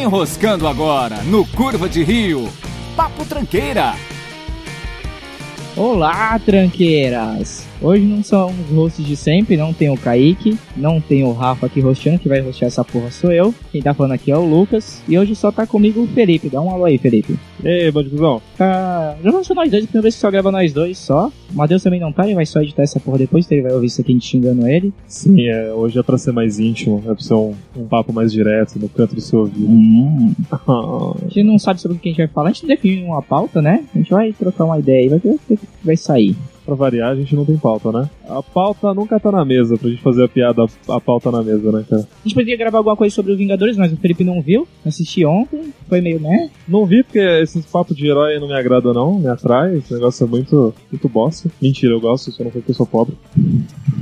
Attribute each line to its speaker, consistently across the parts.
Speaker 1: Enroscando agora no Curva de Rio. Papo Tranqueira.
Speaker 2: Olá, tranqueiras! Hoje não são os hosts de sempre, não tem o Kaique, não tem o Rafa aqui rosteando, que vai rostear essa porra sou eu. Quem tá falando aqui é o Lucas, e hoje só tá comigo o Felipe. Dá um alô aí, Felipe.
Speaker 3: Ei, bando de cuzão.
Speaker 2: Tá, já lançou nós dois, a primeira vez que só grava nós dois só. O Matheus também não tá, ele vai só editar essa porra depois, então ele vai ouvir isso aqui a gente xingando ele.
Speaker 3: Sim, é, hoje é pra ser mais íntimo, é pra ser um, um papo mais direto no canto do seu ouvido.
Speaker 2: Hum. A gente não sabe sobre o que a gente vai falar, a gente não definiu uma pauta, né? A gente vai trocar uma ideia e vai ver o que que vai sair.
Speaker 3: pra variar, a gente não tem pauta, né? A pauta nunca tá na mesa, pra gente fazer a piada, a, a pauta na mesa, né, cara?
Speaker 2: A gente poderia gravar alguma coisa sobre os Vingadores, mas o Felipe não viu, assisti ontem, foi meio, né?
Speaker 3: Não vi porque esses papos de herói não me agrada não, me atrai, esse negócio é muito, muito bosta. Mentira, eu gosto, só não foi porque eu sou pobre.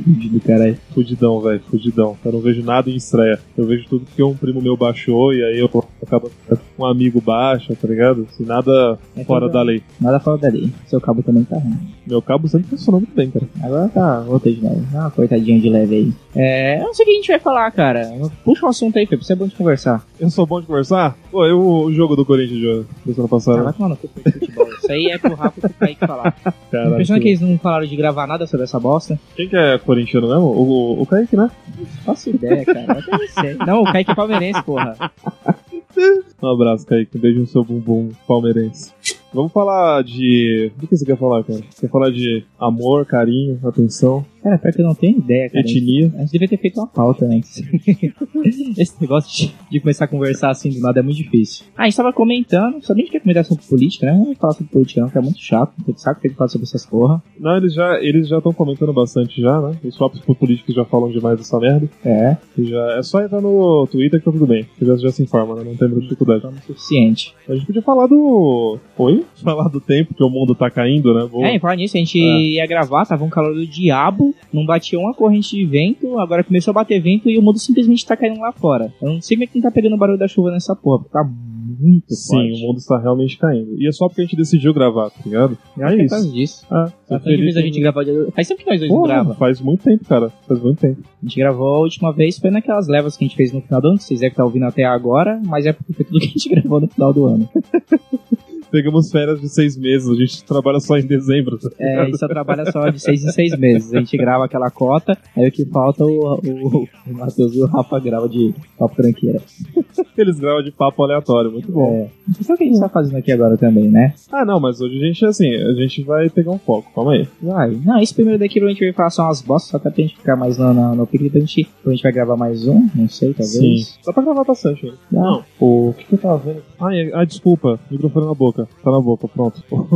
Speaker 2: Fudido, caralho.
Speaker 3: Fudidão, velho, fudidão. Eu não vejo nada em estreia. Eu vejo tudo que um primo meu baixou e aí eu acabo um amigo baixa, tá ligado? Se nada
Speaker 2: É
Speaker 3: fora
Speaker 2: tudo-
Speaker 3: da lei.
Speaker 2: Nada fora dali. Seu cabo também tá ruim.
Speaker 3: Meu cabo sempre funcionou muito bem, cara.
Speaker 2: Agora tá, voltei de novo. Ah, coitadinho de leve aí. É, eu não sei o que a gente vai falar, cara. Puxa o assunto aí, Felipe, isso é bom de conversar.
Speaker 3: Eu sou bom de conversar? Pô, eu, o jogo do Corinthians de, da semana
Speaker 2: Ah,
Speaker 3: passada.
Speaker 2: vai tomar no cu Felipe, futebol. Isso aí é pro Rafa e pro Kaique falar.
Speaker 3: Caralho,
Speaker 2: Impressionante que
Speaker 3: que-
Speaker 2: eles não falaram de gravar nada sobre essa bosta.
Speaker 3: Quem que é corintiano mesmo? O, o, o Kaique, né?
Speaker 2: Faço ideia, cara. Eu nem sei. Não, o Kaique é palmeirense, porra.
Speaker 3: Um abraço, Kaique. Um beijo no seu bumbum palmeirense. Vamos falar de. Do que você quer falar, cara? Você quer falar de amor, carinho, atenção,
Speaker 2: Cara, pior que eu não tenho ideia, cara.
Speaker 3: etnia?
Speaker 2: A gente devia ter feito uma pauta, né? Esse negócio de, de começar a conversar assim do nada é muito difícil. Ah, a gente tava comentando, sabia que quer comentar sobre política, né? Não vamos falar sobre política, não, que é muito chato. Não tem saco ter que falar sobre essas porra.
Speaker 3: Não, eles já eles já estão comentando bastante já, né? Os próprios políticos já falam demais dessa merda.
Speaker 2: É,
Speaker 3: E já, é só entrar no Twitter que tá tudo bem. Você já, já se informa, né? Não tem muita dificuldade.
Speaker 2: não é o suficiente.
Speaker 3: A gente podia falar do. Oi? Falar do tempo que o mundo tá caindo, né? Vou-
Speaker 2: É, e falar nisso, a gente
Speaker 3: É.
Speaker 2: ia gravar, tava um calor do diabo, não batia uma corrente de vento, agora começou a bater vento e o mundo simplesmente tá caindo lá fora. Eu não sei como é que não tá pegando o barulho da chuva nessa porra, porque tá muito
Speaker 3: Sim, o
Speaker 2: forte.
Speaker 3: mundo está realmente caindo. E é só porque a gente decidiu gravar, tá ligado?
Speaker 2: Acho que
Speaker 3: é
Speaker 2: é por causa
Speaker 3: isso.
Speaker 2: disso.
Speaker 3: Ah,
Speaker 2: Tá
Speaker 3: tô
Speaker 2: tão
Speaker 3: feliz
Speaker 2: difícil a
Speaker 3: que-
Speaker 2: gente gravar. de- Faz tempo que nós dois não
Speaker 3: Porra,
Speaker 2: grava.
Speaker 3: Faz muito tempo, cara. Faz muito tempo.
Speaker 2: A gente gravou a última vez, foi naquelas levas que a gente fez no final do ano, que vocês devem estar ouvindo até agora, mas é porque foi tudo que a gente gravou no final do ano.
Speaker 3: Pegamos férias de seis meses, a gente trabalha só em dezembro. tá
Speaker 2: É,
Speaker 3: ligado?
Speaker 2: isso trabalha só de seis em seis meses. A gente grava aquela cota, aí o que falta é o, o, o Matheus e o Rafa grava de papo tranqueira.
Speaker 3: Eles gravam de papo aleatório, muito bom.
Speaker 2: É, não sei o que a gente tá fazendo aqui agora também, né?
Speaker 3: Ah, não, mas hoje a gente, assim, a gente vai pegar um foco, calma aí.
Speaker 2: Vai. Não, esse primeiro daqui a gente vai falar só umas bostas, só até pra gente ficar mais no, no, no pique, depois a gente, depois a gente vai gravar mais um, não sei, talvez. Tá?
Speaker 3: Dá pra gravar bastante, né?
Speaker 2: Não.
Speaker 3: O que, que eu tava vendo? Ah, é- ah, desculpa, microfone na boca. Tá na boca, pronto.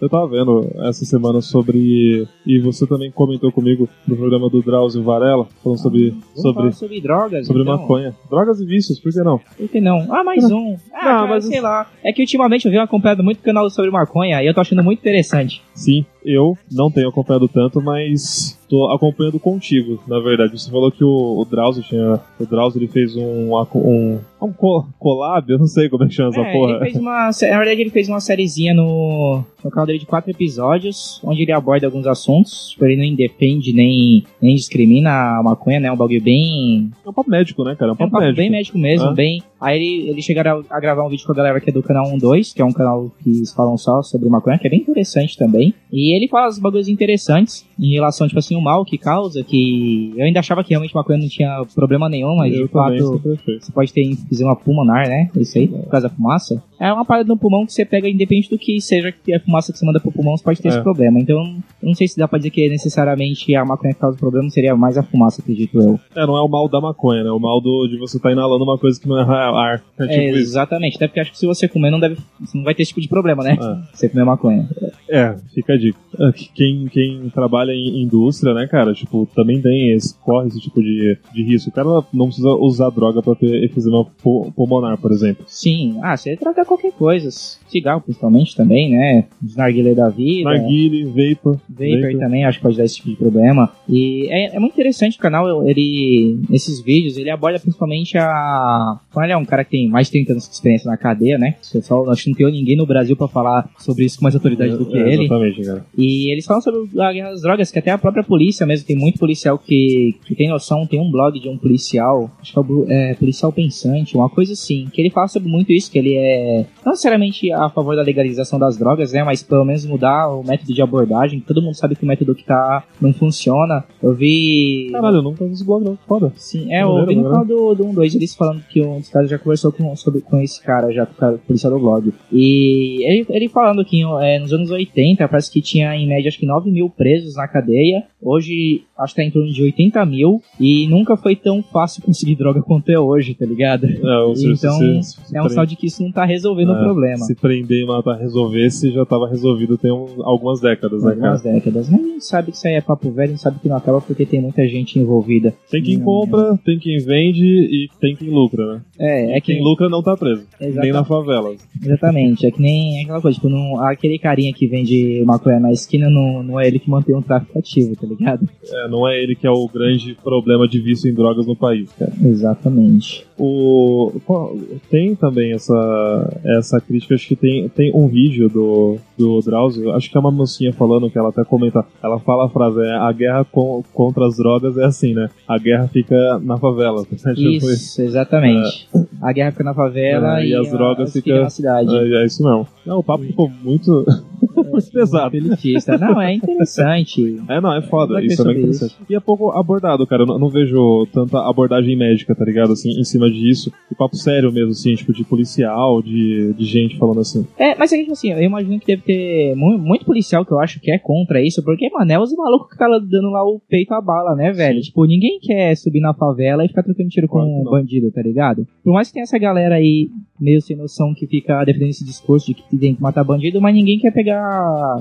Speaker 3: eu tava vendo essa semana sobre. E você também comentou comigo no programa do Drauzio Varela, falando sobre.
Speaker 2: Vamos
Speaker 3: sobre.
Speaker 2: falar sobre drogas,
Speaker 3: Sobre
Speaker 2: então.
Speaker 3: maconha. Drogas e vícios, por que não?
Speaker 2: Por que não? Ah, mais um. Ah, cara,
Speaker 3: mas
Speaker 2: sei lá. É que ultimamente eu venho acompanhando muito canal sobre maconha e eu tô achando muito interessante.
Speaker 3: Sim, eu não tenho acompanhado tanto, mas tô acompanhando contigo, na verdade. Você falou que o, o Drauzio tinha. O Drauzio ele fez um. aco- Um, um co- collab, eu não sei como é que chama essa
Speaker 2: é,
Speaker 3: porra.
Speaker 2: Ele fez uma, sé- na verdade, ele fez uma sériezinha no, no canal dele de quatro episódios, onde ele aborda alguns assuntos. Tipo, ele não indefende nem, nem discrimina a maconha, né? É um bagulho bem.
Speaker 3: É um papo médico, né, cara? É um
Speaker 2: É um
Speaker 3: papo
Speaker 2: papo
Speaker 3: médico.
Speaker 2: bem médico mesmo,
Speaker 3: Ah.
Speaker 2: bem. Aí ele, ele chegaram a, a gravar um vídeo com a galera que é do canal 12, que é um canal que eles falam só sobre maconha, que é bem interessante também. E ele fala uns bagulhos interessantes em relação, tipo assim, o mal que causa, que eu ainda achava que realmente maconha não tinha problema nenhum, mas
Speaker 3: eu
Speaker 2: de fato.
Speaker 3: também sempre achei.
Speaker 2: Você pode ter enfisema pulmonar, né? Isso aí, por causa da fumaça. É uma parada no pulmão que você pega, independente do que seja que a fumaça que você manda pro pulmão, você pode ter
Speaker 3: É.
Speaker 2: esse problema. Então, eu não sei se dá pra dizer que necessariamente a maconha que causa o problema seria mais a fumaça, acredito eu.
Speaker 3: É, não é o mal da maconha, né? É O mal do, de você tá inalando uma coisa que não é ar. É tipo
Speaker 2: É,
Speaker 3: isso.
Speaker 2: exatamente. Até porque acho que se você comer, não deve. Você não vai ter esse tipo de problema, né?
Speaker 3: É.
Speaker 2: Você comer maconha.
Speaker 3: É, fica a dica. É, que Quem, quem trabalha em indústria, né, cara, tipo, também tem esse, corre esse tipo de, de risco. O cara não precisa usar droga pra ter efizema pu- pulmonar, por exemplo.
Speaker 2: Sim. Ah, você troca qualquer coisa. Cigarro, principalmente, também, né? Os narguilé da vida.
Speaker 3: Narguile, vapor.
Speaker 2: Vapor
Speaker 3: Vapor. tá,
Speaker 2: também, acho que pode dar esse tipo de problema. E é, é muito interessante o canal, ele. Esses vídeos, ele aborda principalmente a. Quando ele é um cara que tem mais de 30 anos de experiência na cadeia, né? O Pessoal, acho que não tem ninguém no Brasil pra falar sobre isso com mais autoridade do que
Speaker 3: É,
Speaker 2: ele.
Speaker 3: Exatamente, cara.
Speaker 2: E eles falam sobre a guerra das drogas, que até a própria polícia mesmo, tem muito policial que, que tem noção, tem um blog de um policial, acho que é, o Bru- é, Policial Pensante, uma coisa assim, que ele fala sobre muito isso, que ele é não necessariamente a favor da legalização das drogas, né, mas pelo menos mudar o método de abordagem, todo mundo sabe que o método que tá não funciona. Eu vi...
Speaker 3: Caralho, eu nunca vi esse blog, não. Foda.
Speaker 2: Sim, é,
Speaker 3: Não
Speaker 2: eu
Speaker 3: lembro,
Speaker 2: vi no
Speaker 3: né?
Speaker 2: canal do, do 1-2 eles falando que um dos caras já conversou com, sobre, com esse cara, já com o cara, o policial do blog. E ele, ele falando que é, nos anos 80 parece que tinha em média acho que 9 mil presos na cadeia, hoje acho que tá em torno de 80 mil, e nunca foi tão fácil conseguir droga quanto é hoje, tá ligado?
Speaker 3: É, ou seja,
Speaker 2: Então,
Speaker 3: se, se, se
Speaker 2: É um sinal de que isso não tá resolvendo
Speaker 3: É,
Speaker 2: o problema.
Speaker 3: Se prender e matar, resolvesse, já tava resolvido tem um- algumas décadas, né, cara?
Speaker 2: Algumas décadas, mas a gente sabe que isso aí é papo velho, a gente sabe que não acaba porque tem muita gente envolvida.
Speaker 3: Tem quem
Speaker 2: Não,
Speaker 3: compra, tem quem vende e tem quem lucra, né?
Speaker 2: É, é que.
Speaker 3: Quem lucra não tá preso, nem na favela.
Speaker 2: Exatamente, é que nem é aquela coisa, tipo, não, aquele carinha que vende maconha na esquina não, não é ele que mantém um tráfico ativo, tá ligado?
Speaker 3: É, não é ele que é o grande problema de vício em drogas no país, cara.
Speaker 2: Exatamente.
Speaker 3: O, qual- tem também essa, essa crítica, acho que tem, tem um vídeo do, do Drauzio, acho que é uma mocinha falando que ela até comenta, ela fala a frase, é, a guerra co- contra as drogas é assim, né? A guerra fica na favela. né? Tipo,
Speaker 2: Isso, exatamente. A guerra fica na favela
Speaker 3: É,
Speaker 2: e,
Speaker 3: e as drogas
Speaker 2: ficam
Speaker 3: fica-
Speaker 2: na cidade.
Speaker 3: É, é isso mesmo. Não, o papo ficou muito, muito pesado.
Speaker 2: Elitista. Não, é interessante.
Speaker 3: É, não, é foda.
Speaker 2: Vai
Speaker 3: Isso é bem
Speaker 2: perceber
Speaker 3: interessante. E é pouco abordado, cara. Eu não, não vejo tanta abordagem médica, tá ligado? Assim, em cima disso. E papo sério mesmo, assim, tipo, de policial, de, de gente falando assim.
Speaker 2: É, mas é que, tipo assim, eu imagino que deve ter mu- muito policial que eu acho que é contra isso, porque, mano, é os malucos que ficam dando lá o peito à bala, né, velho? Tipo, ninguém quer subir na favela e ficar trocando tiro com
Speaker 3: Claro que
Speaker 2: um
Speaker 3: não.
Speaker 2: bandido, tá ligado? Por mais que tenha essa galera aí meio sem noção que fica defendendo esse discurso de que tem que matar bandido, mas ninguém quer pegar,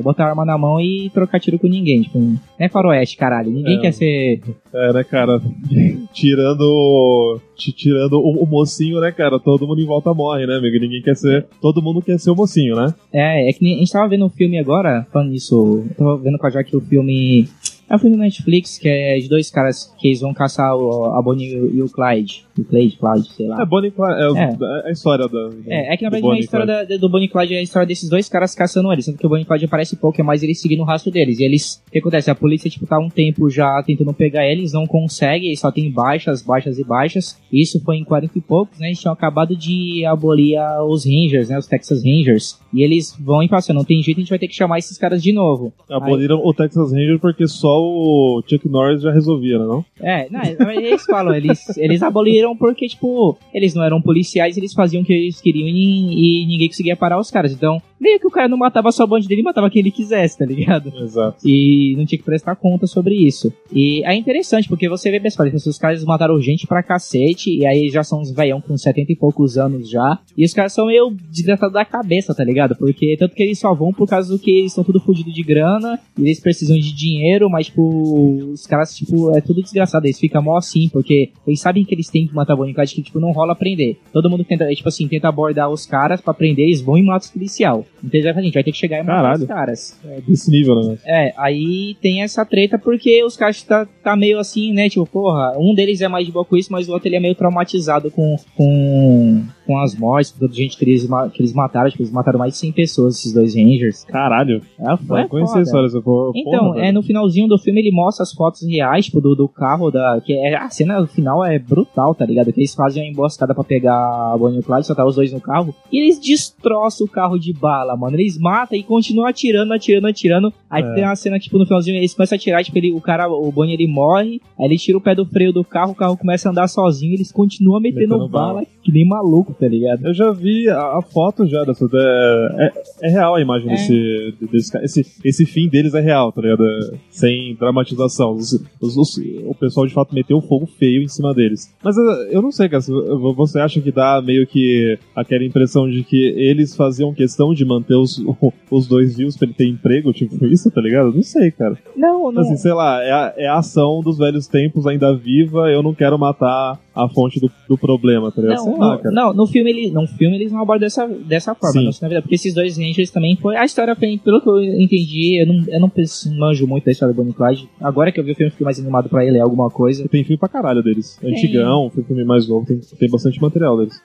Speaker 2: botar a arma na mão e trocar tiro com ninguém. Tipo, não é faroeste, caralho. Ninguém
Speaker 3: É.
Speaker 2: quer ser.
Speaker 3: É, né, cara? tirando. ti- Tirando o, o mocinho, né, cara? Todo mundo em volta morre, né, amigo? Ninguém quer ser. Todo mundo quer ser o mocinho, né?
Speaker 2: É, é que nem- a gente tava vendo um filme agora, falando isso, tava vendo com a Jaque o filme. É um filme da Netflix que é de dois caras que eles vão caçar o- a Bonnie e o Clyde. O Clyde, Clyde, sei
Speaker 3: É
Speaker 2: lá.
Speaker 3: Bonnie e Clyde. É, os-
Speaker 2: É.
Speaker 3: é a história da.
Speaker 2: É, é que na verdade não
Speaker 3: do
Speaker 2: é a
Speaker 3: Bonnie e
Speaker 2: história da- do Bonnie e Clyde, é a história desses dois caras caçando eles. Sendo que o Bonnie e Clyde aparece pouco, é mais eles seguindo o rastro deles. E eles. O que acontece? A polícia, tipo, tá há um tempo já tentando pegar eles, não consegue, eles só tem baixas, baixas e baixas. E Isso foi em 40 e poucos, né? Eles tinham acabado de abolir a- os Rangers, né? Os Texas Rangers. E eles vão e falam assim: não tem jeito, a gente vai ter que chamar esses caras de novo.
Speaker 3: Aboliram o Texas Ranger porque só o Chuck Norris já resolvia, né? Não?
Speaker 2: É, não, mas eles falam, eles, eles aboliram porque, tipo, eles não eram policiais, eles faziam o que eles queriam e, nin- e ninguém conseguia parar os caras. Então, meio que o cara não matava só o bandido, ele matava quem ele quisesse, tá ligado?
Speaker 3: Exato.
Speaker 2: E não tinha que prestar conta sobre isso. E é interessante, porque você vê pessoal, esses caras mataram gente pra cacete, e aí já são uns veião com 70 e poucos anos já. E os caras são meio desgraçados da cabeça, tá ligado? Porque tanto que eles só vão por causa do que eles são tudo fudido de grana, e eles precisam de dinheiro, mas tipo, os caras, tipo, é tudo desgraçado. Eles ficam mó assim, porque eles sabem que eles têm que matar Bonnie que, tipo, não rola prender. Todo mundo tenta, é, tipo assim, tenta abordar os caras pra prender, eles vão e matam os policial. Então eles a gente vai ter que chegar e matar
Speaker 3: Caralho.
Speaker 2: os caras.
Speaker 3: É desse nível, né?
Speaker 2: É, aí tem essa treta porque os caras tá, tá meio assim, né? Tipo, porra, um deles é mais de boa com isso, mas o outro ele é meio traumatizado com, com, com as mortes, com toda a gente que eles, ma- que eles mataram. Tipo, eles mataram mais de 100 pessoas, esses dois Rangers.
Speaker 3: Caralho.
Speaker 2: É, foi
Speaker 3: Eu conheci
Speaker 2: foda.
Speaker 3: a história dessa porra.
Speaker 2: Então,
Speaker 3: porra,
Speaker 2: é
Speaker 3: velho.
Speaker 2: no finalzinho do filme ele mostra as fotos reais, tipo, do, do carro, da. Que é, a cena final é brutal, tá ligado? Que eles fazem uma emboscada pra pegar a Bonnie e o Clyde, só tá os dois no carro. E eles destroçam o carro de bala, mano. Eles matam e continuam atirando, atirando, atirando. Aí
Speaker 3: É.
Speaker 2: tem uma cena, tipo, no finalzinho, eles começam a atirar, tipo, ele, o cara, o Bonnie ele morre, aí ele tira o pé do freio do carro, o carro começa a andar sozinho, eles continuam metendo,
Speaker 3: Metendo
Speaker 2: bala,
Speaker 3: bala.
Speaker 2: que nem maluco, tá ligado?
Speaker 3: Eu já vi a, a foto já dessa. É, é- é real a imagem
Speaker 2: É.
Speaker 3: desse, desse cara. Esse, esse fim deles é real, tá ligado? É, Sem dramatização. Os- os- os- o pessoal de fato meteu um fogo feio em cima deles. Mas é, eu não sei, cara. se vo- Você acha que dá meio que aquela impressão de que eles faziam questão de manter os, os dois vivos pra ele ter emprego, tipo isso, tá ligado? Eu Não sei, cara.
Speaker 2: Não, não.
Speaker 3: Assim, sei lá, é a, é a ação dos velhos tempos ainda viva, eu não quero matar a fonte do, do problema, tá ligado?
Speaker 2: Não,
Speaker 3: Sei
Speaker 2: no,
Speaker 3: lá, cara.
Speaker 2: não, no filme ele, no filme eles não abordam dessa, dessa forma,
Speaker 3: Sim.
Speaker 2: não sei na verdade, porque esses dois Rangers também foi a história foi- pelo que eu entendi, eu não, eu não pes- manjo muito da história do Bonnie e Clyde. Agora que eu vi o filme, fiquei mais animado pra ele, é alguma coisa.
Speaker 3: Tem filme pra caralho deles. Antigão, tem filme mais novo, tem, tem bastante material deles.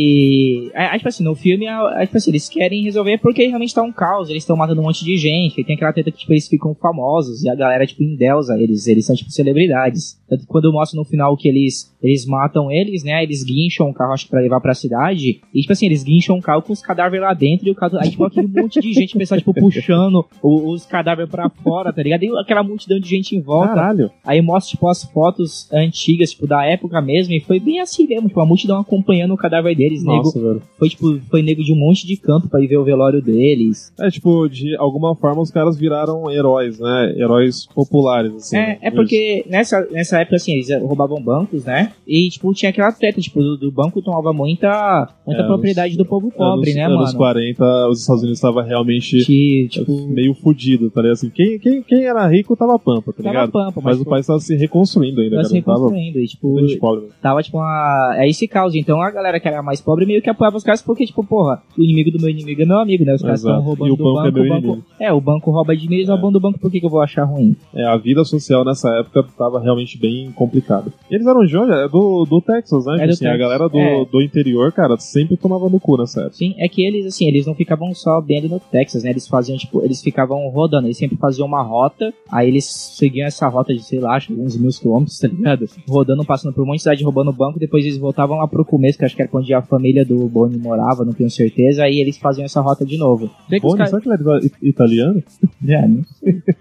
Speaker 2: E. Aí, tipo assim, no filme, a- a- tipo assim, eles querem resolver porque realmente tá um caos, eles estão matando um monte de gente, e tem aquela treta que tipo, eles ficam famosos e a galera, tipo, endeusa eles, eles são, tipo, celebridades. Tanto que quando mostra no final que eles, eles matam eles, né, eles guincham o carro, acho que pra levar pra cidade, e, tipo assim, eles guincham o carro com os cadáveres lá dentro e o cadáver, aí, tipo, aquele monte de gente, o pessoal, tipo, puxando o- os cadáveres pra fora, tá ligado? E aquela multidão de gente em volta.
Speaker 3: Caralho.
Speaker 2: Aí mostra, tipo, as fotos antigas, tipo, da época mesmo, e foi bem assim mesmo, tipo, a multidão acompanhando o cadáver deles, nego.
Speaker 3: Nossa, velho.
Speaker 2: Foi, tipo, foi nego de um monte de canto pra ir ver o velório deles.
Speaker 3: É tipo, de alguma forma os caras viraram heróis, né? Heróis populares, assim. né?
Speaker 2: É, é
Speaker 3: Isso.
Speaker 2: porque nessa, nessa época, assim, eles roubavam bancos, né? E, tipo, tinha aquela treta, tipo, do, do banco tomava muita, muita
Speaker 3: É,
Speaker 2: propriedade do povo pobre,
Speaker 3: anos,
Speaker 2: né,
Speaker 3: anos
Speaker 2: mano?
Speaker 3: 40, os Estados Unidos estavam realmente
Speaker 2: Que, tipo,
Speaker 3: meio fudido, tá ligado? Assim, quem, quem, quem era rico tava pampa, tá
Speaker 2: tava
Speaker 3: ligado?
Speaker 2: pampa,
Speaker 3: Mas
Speaker 2: mas,
Speaker 3: o país tava se reconstruindo ainda,
Speaker 2: tava
Speaker 3: cara.
Speaker 2: se
Speaker 3: Não tava
Speaker 2: reconstruindo. E, tipo,
Speaker 3: bastante pobre. né?
Speaker 2: Tava, tipo, uma... É esse caos. Então a galera que era mais pobre meio que apoiava os caras porque, tipo, porra, o inimigo do meu inimigo é meu amigo, né? Os caras
Speaker 3: Exato.
Speaker 2: estão roubando
Speaker 3: E o
Speaker 2: do
Speaker 3: banco é
Speaker 2: banco.
Speaker 3: meu
Speaker 2: o banco-
Speaker 3: inimigo.
Speaker 2: É, o banco rouba de mim, eles
Speaker 3: É.
Speaker 2: roubam do banco, por que, que eu vou achar ruim?
Speaker 3: É, a vida social nessa época tava realmente bem complicada. E Eles eram de onde? É Do, do Texas, né?
Speaker 2: É
Speaker 3: Tipo
Speaker 2: do
Speaker 3: assim, A
Speaker 2: Texas.
Speaker 3: galera do,
Speaker 2: É.
Speaker 3: do interior, cara, sempre tomava no cu nessa época.
Speaker 2: Sim, é que eles, assim, eles não ficavam só bem ali no Texas, né? Eles faziam, tipo, eles ficavam rodando, eles sempre faziam uma rota, aí eles seguiam essa rota de, sei lá, acho, que uns mil quilômetros, tá ligado? Rodando, passando por um monte de cidade, roubando banco, depois eles voltavam lá pro começo, que acho que era onde a família do Bonnie morava, não tenho certeza, aí eles faziam essa rota de novo. Sei que os
Speaker 3: Boni,
Speaker 2: caras-
Speaker 3: será que ele era i- italiano?
Speaker 2: Já, né?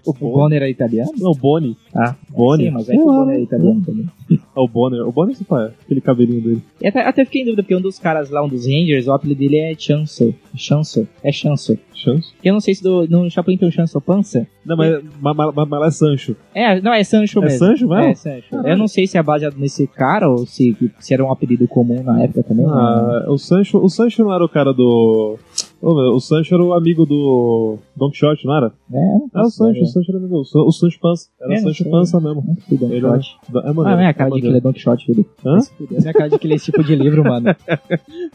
Speaker 3: O
Speaker 2: O Bonner era italiano?
Speaker 3: Não, Boni.
Speaker 2: Ah,
Speaker 3: Boni.
Speaker 2: Sim, mas é que o Bonner é italiano também.
Speaker 3: É o Bonner. O Bonner, pai, é, aquele cabelinho dele.
Speaker 2: E até, até fiquei em dúvida, porque um dos caras lá, um dos Rangers, o apelido dele é Chancel. Chancel. É Chancel.
Speaker 3: Chance?
Speaker 2: Que eu não sei se do, no Chapolin tem o Chancel Pança.
Speaker 3: Não, mas, mas, mas, mas lá é Sancho.
Speaker 2: É, não, é Sancho
Speaker 3: É
Speaker 2: mesmo.
Speaker 3: Sancho,
Speaker 2: É,
Speaker 3: velho?
Speaker 2: Sancho.
Speaker 3: Caralho.
Speaker 2: Eu não sei se é baseado nesse cara ou se, se era um apelido comum na época também. né?
Speaker 3: Ah, o Sancho, o Sancho não era o cara do. Ô, meu, o Sancho era o amigo do Don Quixote, não era?
Speaker 2: né? É, não
Speaker 3: Era o
Speaker 2: faço
Speaker 3: Sancho, o
Speaker 2: ideia.
Speaker 3: Sancho era amigo. O San- O Sancho Pança. Era
Speaker 2: É,
Speaker 3: o
Speaker 2: não
Speaker 3: Sancho
Speaker 2: sei.
Speaker 3: Pança mesmo.
Speaker 2: Não fui Don
Speaker 3: Ele
Speaker 2: Quixote.
Speaker 3: É
Speaker 2: Ah,
Speaker 3: maneiro.
Speaker 2: não é a cara
Speaker 3: é
Speaker 2: de que ele é
Speaker 3: maneiro.
Speaker 2: Don Quixote, filho.
Speaker 3: Hã?
Speaker 2: Se pudesse, é a cara de que ele é esse tipo de livro, mano.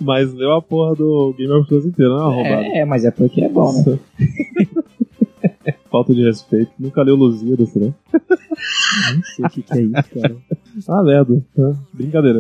Speaker 3: Mas leu a porra do Game of Thrones inteiro, não é uma roubada.
Speaker 2: É, é, mas é porque é bom, né?
Speaker 3: Falta de respeito. Nunca leu Lusíadas, né?
Speaker 2: Não sei o que, que é isso, cara.
Speaker 3: Ah, merda. É. Brincadeira.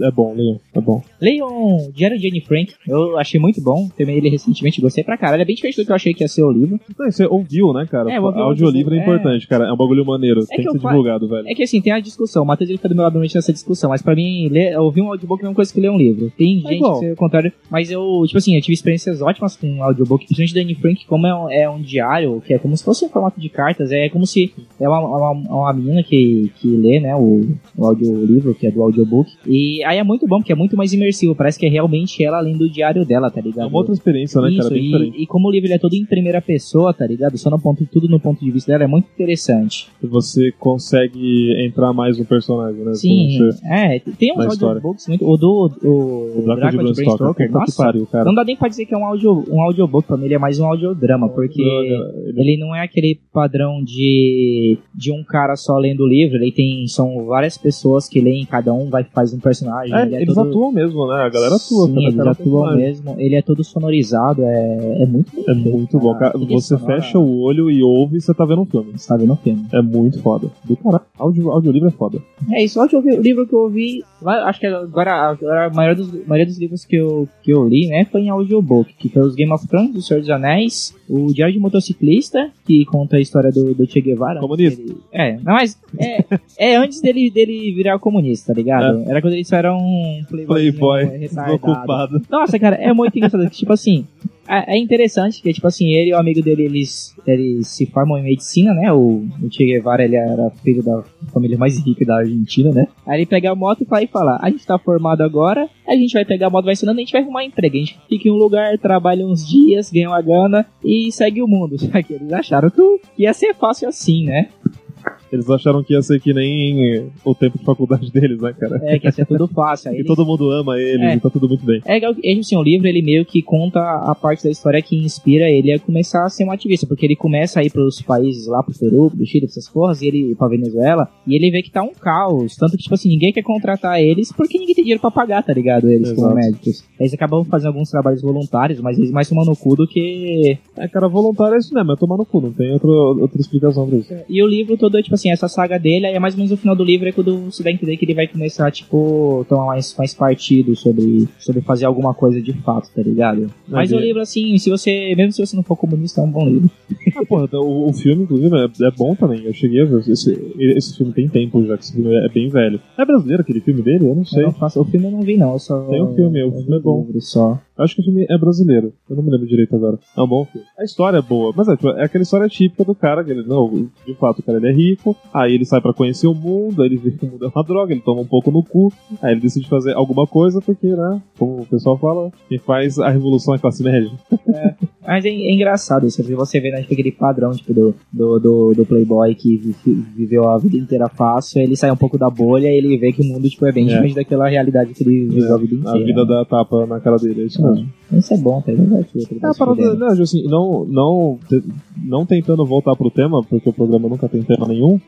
Speaker 3: É, é- é bom, leiam. É bom.
Speaker 2: Leiam Diário de Anne Frank, eu achei muito bom, terminei ele recentemente, gostei pra caralho, é bem diferente do que eu achei que ia ser o livro.
Speaker 3: Não, e você ouviu, né, cara?
Speaker 2: É, eu ouvi o
Speaker 3: Audiolivro é
Speaker 2: audiolivro, é.
Speaker 3: importante, cara. É um bagulho maneiro. Tem
Speaker 2: que
Speaker 3: que,
Speaker 2: eu
Speaker 3: ser
Speaker 2: fa-
Speaker 3: divulgado, velho.
Speaker 2: É que assim, tem a discussão, o Matheus ele fica do meu lado durante essa discussão, mas pra mim, ler, ouvir um audiobook é uma coisa que ler um livro. Tem gente
Speaker 3: igual.
Speaker 2: que é o contrário, mas eu, tipo assim, eu tive experiências ótimas com audiobook, principalmente da Anne Frank, como é um, é um diário, que é como se fosse um formato de cartas, é como se é uma, uma, uma menina que, que lê, né, o, o audiolivro, que é do audiobook, e aí é muito bom, porque é muito mais imersivo, parece que é realmente ela além do diário dela, tá
Speaker 3: É
Speaker 2: ligado?
Speaker 3: uma outra experiência, né,
Speaker 2: Isso,
Speaker 3: cara? Bem diferente.
Speaker 2: e, e como o livro ele é todo em primeira pessoa, tá ligado? Só no ponto, tudo no ponto de vista dela é muito interessante.
Speaker 3: Você consegue entrar mais no personagem, né?
Speaker 2: Sim,
Speaker 3: Como você-
Speaker 2: é. Tem
Speaker 3: na
Speaker 2: uns
Speaker 3: história.
Speaker 2: audiobooks muito. O do o,
Speaker 3: O Drácula de Bram Stoker. Puta que
Speaker 2: nossa,
Speaker 3: pariu, cara.
Speaker 2: não dá nem pra dizer que é um, audio, um audiobook, pra mim ele é mais um audiodrama, porque
Speaker 3: Droga, ele-
Speaker 2: ele não é aquele padrão de, de um cara só lendo o livro, ele tem. São várias pessoas que leem, cada um vai faz um personagem.
Speaker 3: É,
Speaker 2: ele é
Speaker 3: eles
Speaker 2: todo-
Speaker 3: atuam mesmo, né? A galera atua. né?
Speaker 2: Sim,
Speaker 3: cada
Speaker 2: eles
Speaker 3: cara
Speaker 2: atuam
Speaker 3: personagem.
Speaker 2: mesmo. Ele é todo sonorizado, é, é muito
Speaker 3: É muito bom, cara.
Speaker 2: trilha
Speaker 3: Você
Speaker 2: sonora.
Speaker 3: fecha o olho e ouve e você tá vendo um filme.
Speaker 2: Ah, Você tá vendo o filme.
Speaker 3: É muito foda. Do caralho. Audio, audiolivro é foda.
Speaker 2: É isso, hoje eu ouvi- o livro que eu ouvi, lá- acho que agora, agora a maioria dos, a maioria dos livros que eu, que eu li, né, foi em audiobook, que foi os Game of Thrones, O Senhor dos Anéis, o Diário de Motociclista, que conta a história do, do Che Guevara.
Speaker 3: Comunista.
Speaker 2: Ele- é, não, mas é, é antes dele, dele virar comunista, tá ligado? Era quando ele só era um playboyzinho
Speaker 3: É. Playboy.
Speaker 2: retardado.
Speaker 3: Desocupado.
Speaker 2: Nossa, cara, é muito engraçado. que, tipo assim, é é interessante que, tipo assim, ele e o amigo dele, eles, eles se formam em medicina, né? O, o Che Guevara, ele era filho da família mais rica da Argentina, né? Aí ele pega a moto e vai falar, a gente tá formado agora, a gente vai pegar a moto, vai ensinando, a gente vai arrumar emprego. A gente fica em um lugar, trabalha uns dias, ganha uma grana e segue o mundo. Só que eles acharam que, que ia ser fácil assim, né?
Speaker 3: Eles acharam que ia ser que nem eh, o tempo de faculdade deles, né, cara?
Speaker 2: É, que ia ser tudo fácil. Aí
Speaker 3: Que
Speaker 2: eles-
Speaker 3: todo mundo ama eles
Speaker 2: É.
Speaker 3: e tá tudo muito bem.
Speaker 2: É legal que assim, o livro ele meio que conta a parte da história que inspira ele a começar a ser um ativista, porque ele começa a ir pros países lá, pro Peru, pro Chile, pra essas porras, e ele pra Venezuela, e ele vê que tá um caos. Tanto que, tipo assim, ninguém quer contratar eles porque ninguém tem dinheiro pra pagar, tá ligado? Eles como
Speaker 3: Exato.
Speaker 2: médicos. Eles acabam fazendo alguns trabalhos voluntários, mas eles mais tomam no cu do que.
Speaker 3: É, cara, voluntário é isso mesmo, é tomar no cu, não tem outra, outra explicação pra isso.
Speaker 2: E o livro todo, é, tipo assim, essa saga dele, aí é mais ou menos o final do livro, é quando você dá a entender que ele vai começar, tipo, tomar mais, mais partido sobre, sobre fazer alguma coisa de fato, tá ligado? Mas o
Speaker 3: é,
Speaker 2: livro, assim, se você. Mesmo se você não for comunista, é um bom livro.
Speaker 3: ah, porra, o, o filme, inclusive, é, é bom também. Eu cheguei a ver. Esse, esse filme tem tempo já, que esse filme é bem velho. É brasileiro aquele filme dele? Eu não sei.
Speaker 2: Eu não faço, o filme eu não vi, não. Eu só,
Speaker 3: Tem o filme, o
Speaker 2: eu
Speaker 3: filme
Speaker 2: vi
Speaker 3: é bom.
Speaker 2: livro só.
Speaker 3: Acho que o filme é brasileiro. Eu não me lembro direito agora. É um bom filme. A história é boa, mas é, tipo, é aquela história típica do cara que ele, não, de fato, o cara ele é rico, aí ele sai pra conhecer o mundo, aí ele vê que o mundo é uma droga, ele toma um pouco no cu, aí ele decide fazer alguma coisa porque, né, como o pessoal fala, quem faz a revolução é a classe média.
Speaker 2: Mas é, é engraçado isso, porque você vê, né, tipo, aquele padrão, tipo, do, do, do, do Playboy que vi- viveu a vida inteira fácil, ele sai um pouco da bolha e ele vê que o mundo, tipo, é bem
Speaker 3: É.
Speaker 2: diferente daquela realidade que ele viveu a vida
Speaker 3: A
Speaker 2: inteira.
Speaker 3: vida dá tapa na cara dele, é isso mesmo.
Speaker 2: Ah, Isso é bom, tá ligado?
Speaker 3: É a parada, né, Ju, assim, não, não, te- não tentando voltar pro tema, porque o programa nunca tem tema nenhum,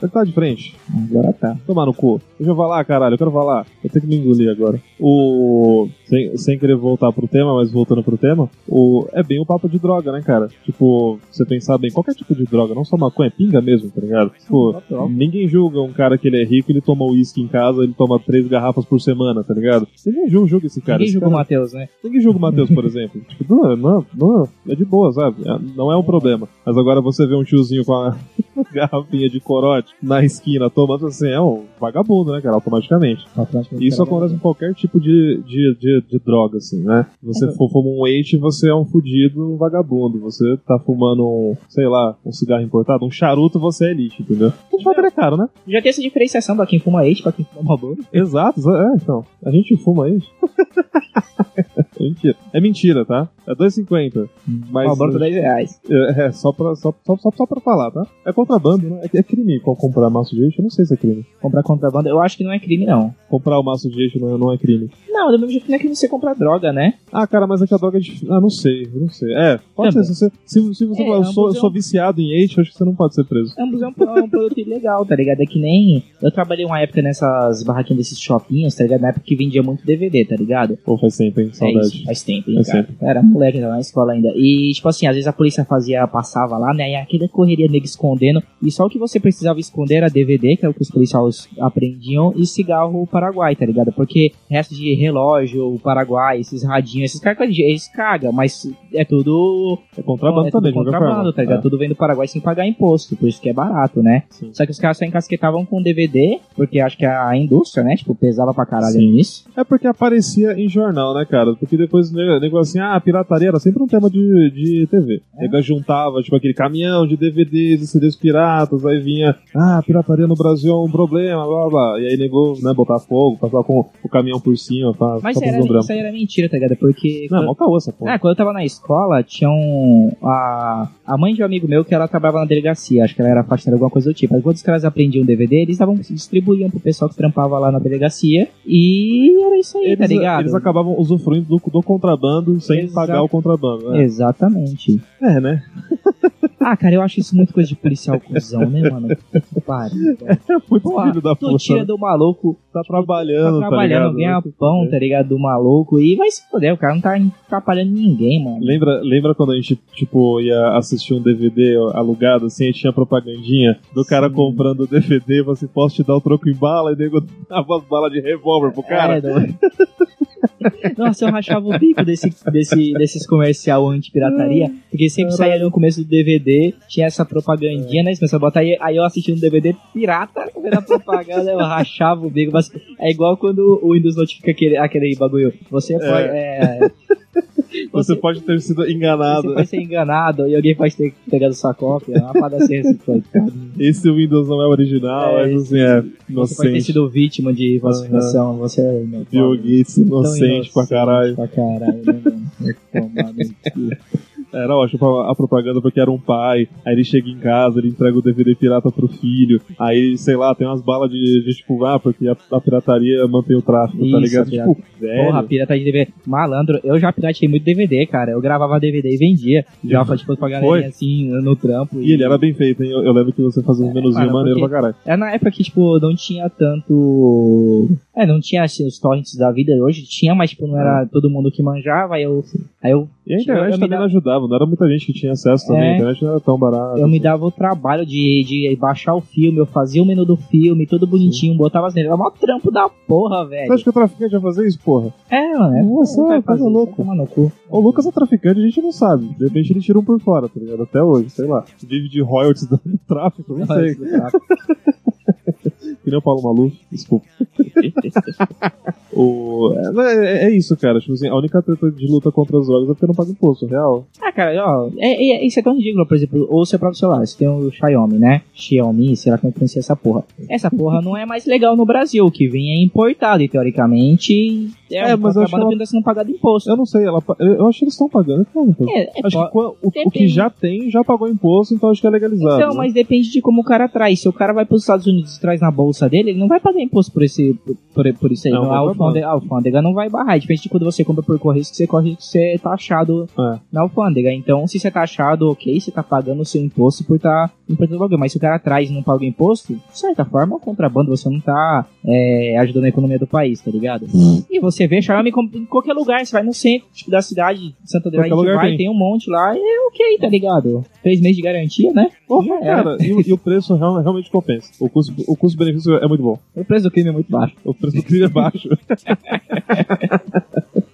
Speaker 3: ele tá de frente.
Speaker 2: Agora tá.
Speaker 3: Tomar no cu. Deixa eu falar, caralho, eu quero falar. Eu tenho que me engolir agora. O. Sem, sem querer voltar pro tema, mas voltando pro tema, o. É bem o papo de droga, né, cara? Tipo, você pensar bem, qualquer tipo de droga, não só maconha, pinga mesmo, tá ligado? Tipo, ninguém julga um cara que ele é rico, ele toma uísque em casa, ele toma três garrafas por semana, tá ligado? Ninguém julga, julga esse cara. é-
Speaker 2: Ninguém
Speaker 3: esse
Speaker 2: julga
Speaker 3: cara-
Speaker 2: o Matheus, né?
Speaker 3: Ninguém julga o Matheus, por exemplo. Tipo, não, não, não, é de boa, sabe? É- Não é um problema. Mas agora você vê um tiozinho com a garrafinha de corote na esquina tomando assim, é um vagabundo, né, cara? Automaticamente.
Speaker 2: Tá,
Speaker 3: Isso acontece com qualquer tipo de, de, de, de droga, assim, né? Você for fuma um eight, você é um fudido, um vagabundo. Você tá fumando um, sei lá, um cigarro importado, um charuto, você é lixo, entendeu? De fato, ele é caro, né?
Speaker 2: Já tem essa diferenciação pra quem fuma eite, pra quem fuma bobo.
Speaker 3: Exato, é, então. A gente fuma isso. É mentira. É mentira, tá? É 2,50. Mas-
Speaker 2: Mas... Malboro por 10 reais.
Speaker 3: É, é, só pra, só, só, só, só pra falar, tá? É contrabando, né? É, é crime co- comprar maço de eixo? Eu não sei se é crime.
Speaker 2: Comprar contrabando, eu acho que não é crime, não.
Speaker 3: Comprar o maço de eixo não, é- não é crime.
Speaker 2: Não, do mesmo jeito que não é crime você comprar droga, né?
Speaker 3: Ah, cara, mas é que a droga é difícil. Ah, não sei, eu não sei. É, pode
Speaker 2: Também.
Speaker 3: ser. Se, você- se, se você
Speaker 2: É,
Speaker 3: falar, eu, sou, eu
Speaker 2: ambos é
Speaker 3: sou
Speaker 2: um-
Speaker 3: viciado em eixo, acho que você não pode ser preso.
Speaker 2: Ambos é um, é um produto ilegal, tá ligado? É que nem. Eu trabalhei uma época nessas barraquinhas desses shoppinhos, tá ligado? Na época que vendia muito DVD, tá ligado?
Speaker 3: Ou faz tempo, hein?
Speaker 2: É
Speaker 3: Saudade.
Speaker 2: isso, faz tempo, hein,
Speaker 3: Faz
Speaker 2: cara. Eu Era moleque ainda na escola ainda. E, tipo assim, às vezes a polícia fazia, passava lá, né? E aquela correria nego escondendo. E só o que você precisava esconder era DVD, que é o que os policiais aprendiam, e cigarro paraguai, tá ligado? Porque resto de relógio, paraguai, esses radinhos, esses caras, eles cagam, mas é tudo
Speaker 3: É contrabando
Speaker 2: é tudo
Speaker 3: também, de qualquer
Speaker 2: contrabando,
Speaker 3: forma.
Speaker 2: tá ligado?
Speaker 3: É.
Speaker 2: Tudo vem do Paraguai sem pagar imposto, por isso que é barato, né?
Speaker 3: Sim.
Speaker 2: Só que os caras só encasquetavam com DVD, porque acho que a indústria, né, tipo, pesava pra caralho
Speaker 3: Sim.
Speaker 2: nisso.
Speaker 3: É porque aparecia em jornal, né, cara? Porque depois o nego- nego assim, ah, pirataria era sempre um tema de, de TV.
Speaker 2: É.
Speaker 3: O Nego juntava, tipo, aquele caminhão de DVDs e CDs piratas, aí vinha, ah, pirataria no Brasil é um problema, blá blá. blá. E aí nego, né, botar fogo, passar com o caminhão por cima, pra,
Speaker 2: Mas
Speaker 3: pra
Speaker 2: era,
Speaker 3: fazer um drama.
Speaker 2: isso aí era mentira, tá ligado? Porque.
Speaker 3: Não, é mó caô essa porra.
Speaker 2: Ah, quando eu tava na escola, tinha um. A, a mãe de um amigo meu que ela trabalhava na delegacia, acho que ela era faxineira, alguma coisa do tipo. Aí quando os caras aprendiam DVD, eles davam, distribuíam pro pessoal que trampava lá na delegacia. E era isso aí, tá
Speaker 3: Eles, eh,
Speaker 2: ligado?
Speaker 3: eles acabavam usufruindo do, do contrabando sem
Speaker 2: Exato.
Speaker 3: pagar o contrabando. né?
Speaker 2: Exatamente.
Speaker 3: É, né?
Speaker 2: Ah, cara, eu acho isso muito coisa de policial cuzão, né, mano? Que pariu. velho.
Speaker 3: É muito
Speaker 2: Pô,
Speaker 3: filho da
Speaker 2: Tu
Speaker 3: puta.
Speaker 2: tira
Speaker 3: né?
Speaker 2: do maluco,
Speaker 3: Tá
Speaker 2: tá
Speaker 3: trabalhando,
Speaker 2: trabalhando,
Speaker 3: tá
Speaker 2: ganha
Speaker 3: ligado?
Speaker 2: pão, tá ligado? Do maluco. E vai se foder, o cara não tá atrapalhando ninguém, mano.
Speaker 3: Lembra, lembra quando a gente, tipo, ia assistir um DVD alugado, assim, e tinha propagandinha do cara
Speaker 2: Sim.
Speaker 3: comprando o DVD, você posso te dar o troco em bala, e nego dava as balas de revólver pro cara.
Speaker 2: É, doido. Nossa, eu rachava o bico desse, desse, desses comercial anti-pirataria, porque sempre
Speaker 3: Caralho.
Speaker 2: saía no começo do DVD, tinha essa propagandinha, né? Eles começavam a botar aí, aí eu assistindo um DVD pirata, vendo a propaganda, eu rachava o bico. Mas é igual quando o Windows notifica aquele, aquele bagulho. Você pode. é,
Speaker 3: você, pode ter sido
Speaker 2: Você
Speaker 3: enganado.
Speaker 2: pode ser enganado e alguém pode ter pegado sua cópia. É uma parada assim, assim, coitado.
Speaker 3: Esse Windows não é original,
Speaker 2: É,
Speaker 3: mas assim, é
Speaker 2: Você pode ter
Speaker 3: inocente.
Speaker 2: sido vítima de falsificação. Você é meu
Speaker 3: Bill Gates, inocente
Speaker 2: inocente.
Speaker 3: pra caralho.
Speaker 2: pra caralho, né, mano? Vai tomar no cu.
Speaker 3: Era ótimo a a propaganda porque era um pai. Aí ele chega em casa, ele entrega o DVD pirata pro filho. Aí, sei lá, tem umas balas de, de tipo, ah, porque a, a pirataria mantém o tráfico, tá
Speaker 2: Isso,
Speaker 3: ligado?
Speaker 2: a pirata-
Speaker 3: Tipo, velho.
Speaker 2: Porra, pirata de DVD. Malandro, eu já piratei muito DVD, cara. Eu gravava DVD e vendia. Já fazia tipo, pra galerinha
Speaker 3: Foi?
Speaker 2: assim, no trampo.
Speaker 3: E ele era bem feito, hein? Eu, eu lembro que você fazia um menuzinho
Speaker 2: cara,
Speaker 3: maneiro
Speaker 2: É, porque-
Speaker 3: pra caralho.
Speaker 2: É na época que, tipo, não tinha tanto. É, não tinha assim, os torrents da vida hoje. Tinha, mas, tipo, não era todo mundo que manjava. Aí eu. Aí eu,
Speaker 3: E a
Speaker 2: Tipo,
Speaker 3: internet
Speaker 2: eu me
Speaker 3: também
Speaker 2: dava-
Speaker 3: não ajudava, não era muita gente que tinha acesso também,
Speaker 2: É.
Speaker 3: a internet não era tão barata.
Speaker 2: eu me dava o trabalho de, de baixar o filme, eu fazia o menu do filme, tudo bonitinho, botava as nele. Era mó trampo da porra,
Speaker 3: Você
Speaker 2: velho.
Speaker 3: acha que o traficante ia fazer isso, porra?
Speaker 2: É, mano. é-
Speaker 3: Nossa,
Speaker 2: vai
Speaker 3: coisa
Speaker 2: fazer, vai
Speaker 3: louca.
Speaker 2: tomar no cu.
Speaker 3: O Lucas é traficante, a gente não sabe. De repente ele tira um por fora, tá ligado? Até hoje, sei lá. Vive de royalties do tráfico, não sei. Que nem o Paulo Maluf, desculpa.
Speaker 2: tá?
Speaker 3: o... é, é- é isso, cara. Tipo assim, a única treta de luta contra as drogas é porque não paga imposto, é real.
Speaker 2: Ah, cara, ó, é, é- isso é tão ridículo, por exemplo, ou seu próprio celular, você tem o Xiaomi, né? Xiaomi, sei lá como pronuncia essa porra. Essa porra não é mais legal no Brasil, o que vem é importado, e teoricamente é,
Speaker 3: É,
Speaker 2: mas
Speaker 3: mas eu acho
Speaker 2: acabando
Speaker 3: que
Speaker 2: sendo não pagado imposto.
Speaker 3: Eu não sei, ela, pa- eu acho que eles estão pagando. eles pagam imposto.
Speaker 2: É, é
Speaker 3: acho
Speaker 2: po-
Speaker 3: que qua- o, o que
Speaker 2: depende.
Speaker 3: já tem já pagou imposto, então acho que é legalizado.
Speaker 2: Então,
Speaker 3: né?
Speaker 2: mas depende de como o cara traz. Se o cara vai para os Estados Unidos e traz na bolsa dele, ele não vai pagar imposto por, esse, por, por isso aí.
Speaker 3: Não,
Speaker 2: Não, a,
Speaker 3: vai pagar.
Speaker 2: alfândega, a alfândega não vai barrar. É Diferente de quando você compra por correio, que você corre que você é taxado
Speaker 3: É.
Speaker 2: na alfândega. Então, se você é taxado, ok, você tá pagando o seu imposto por estar tá importando alguém. Mas se o cara traz e não paga o imposto, de certa forma, é um contrabando. Você não tá é, ajudando a economia do país, tá ligado? e você vê Xiaomi com- em qualquer lugar. Você vai no centro tipo, da cidade, Santo André, a
Speaker 3: Qualquer
Speaker 2: gente
Speaker 3: lugar
Speaker 2: vai,
Speaker 3: tem.
Speaker 2: tem um monte lá. E é ok, tá ligado? Três meses de garantia, né?
Speaker 3: Porra,
Speaker 2: É.
Speaker 3: cara, e, o- e o preço real- realmente compensa. O custo- o custo-benefício é muito bom.
Speaker 2: O preço do crime é muito baixo.
Speaker 3: O preço do crime é baixo.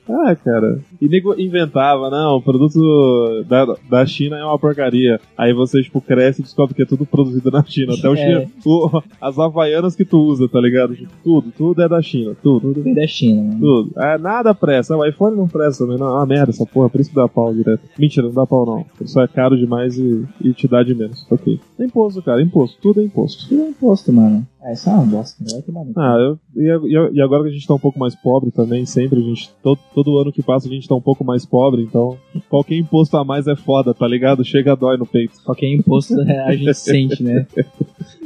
Speaker 3: ah, cara. E nego inventava, não, o produto da, da China é uma porcaria. Aí você, tipo, cresce e descobre que é tudo produzido na China. Até o
Speaker 2: É.
Speaker 3: China, o- as havaianas que tu usa, tá ligado? Tipo, tudo, tudo é da China, tudo.
Speaker 2: Tudo vem da China, mano.
Speaker 3: Tudo. É, nada pressa. O iPhone não presta também. Não, é uma merda essa porra. Por isso que dá pau direto. Mentira, não dá pau não. Isso é caro demais e, e te dá de menos. Ok. É Imposto, cara. Imposto. Tudo é imposto.
Speaker 2: Tudo é imposto, mano. É, isso é uma bosta. Vai tomar no cu.
Speaker 3: Ah, eu, e, a- e a- e agora que a gente tá um pouco mais pobre também, sempre, a gente. Todo, todo ano que passa a gente tá um pouco mais pobre, então qualquer imposto a mais é foda, tá ligado? Chega dói no peito.
Speaker 2: Qualquer imposto é, a gente sente, né?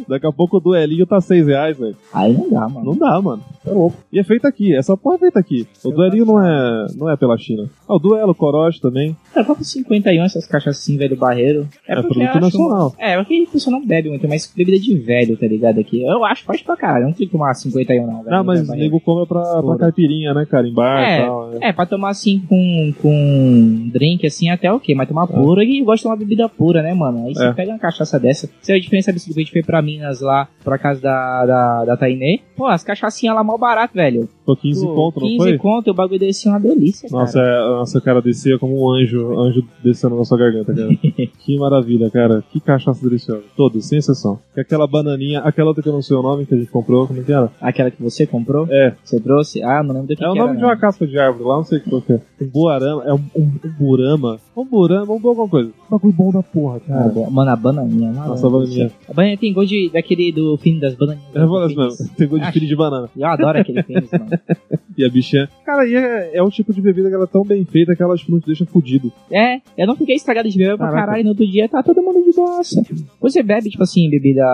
Speaker 3: Daqui a pouco o duelinho tá 6 reais, velho.
Speaker 2: Aí não dá, mano.
Speaker 3: Não dá, mano. É louco. E é feito aqui, essa porra é feita aqui. O duelinho não é, não é pela China. Ah, o duelo, o Corote também.
Speaker 2: Cara, papo 51, essas caixas assim, velho barreiro.
Speaker 3: É,
Speaker 2: porque eu
Speaker 3: produto
Speaker 2: acho-
Speaker 3: nacional.
Speaker 2: É, porque a pessoa não bebe muito, mas bebida de velho, tá ligado? Aqui. Eu acho, pode pra caralho. Eu Não tem que tomar 51, não. velho,
Speaker 3: Não, Ah, mas o
Speaker 2: barreiro.
Speaker 3: nego compra pra, pra
Speaker 2: Fora.
Speaker 3: caipirinha, né, cara? Em bar e
Speaker 2: É.
Speaker 3: tal. né?
Speaker 2: É, pra tomar assim com, com drink, assim, até ok, mas tomar puro e eu gosto de tomar bebida pura, né, mano? Aí você
Speaker 3: É.
Speaker 2: pega uma cachaça dessa. Você vê a diferença absurda que a gente foi pra Minas lá, pra casa da, da, da Tainê. Pô, as cachaçinhas lá mal barato, velho.
Speaker 3: Foi 15
Speaker 2: Pô,
Speaker 3: conto, não
Speaker 2: 15
Speaker 3: foi?
Speaker 2: conto, o bagulho desse é uma delícia,
Speaker 3: Nossa,
Speaker 2: cara.
Speaker 3: é, nossa, cara, descia como um anjo, anjo descendo na sua garganta, cara. que maravilha, cara. Que cachaça deliciosa. Todas, sem exceção. Que aquela bananinha, aquela outra que eu não sei o nome que a gente comprou, como é que era?
Speaker 2: Aquela que você comprou,
Speaker 3: É,
Speaker 2: você trouxe. Ah, não lembro do que
Speaker 3: é o
Speaker 2: que
Speaker 3: nome
Speaker 2: era,
Speaker 3: de uma casca de árvore lá, não sei qual que é. Um boarama, é um, um, um burama. Um burama, um bom alguma coisa. Um bagulho bom da porra,
Speaker 2: não. Ah,
Speaker 3: cara.
Speaker 2: boa. Mano, a bananinha, mano.
Speaker 3: Nossa, a bananinha.
Speaker 2: A bananinha tem gol de, daquele do fim das bananinhas.
Speaker 3: Eu vou
Speaker 2: do
Speaker 3: assim
Speaker 2: Phoenix.
Speaker 3: mesmo, tem gosto de filho de banana.
Speaker 2: Eu adoro aquele tênis, mano.
Speaker 3: E a bichinha. Cara, e é, é um tipo de bebida que ela é tão bem feita que ela tipo, não te deixa fudido.
Speaker 2: É, eu não fiquei estragado de beber pra
Speaker 3: Caraca.
Speaker 2: caralho. No outro dia tá todo mundo de boassa. Você bebe, tipo assim, bebida.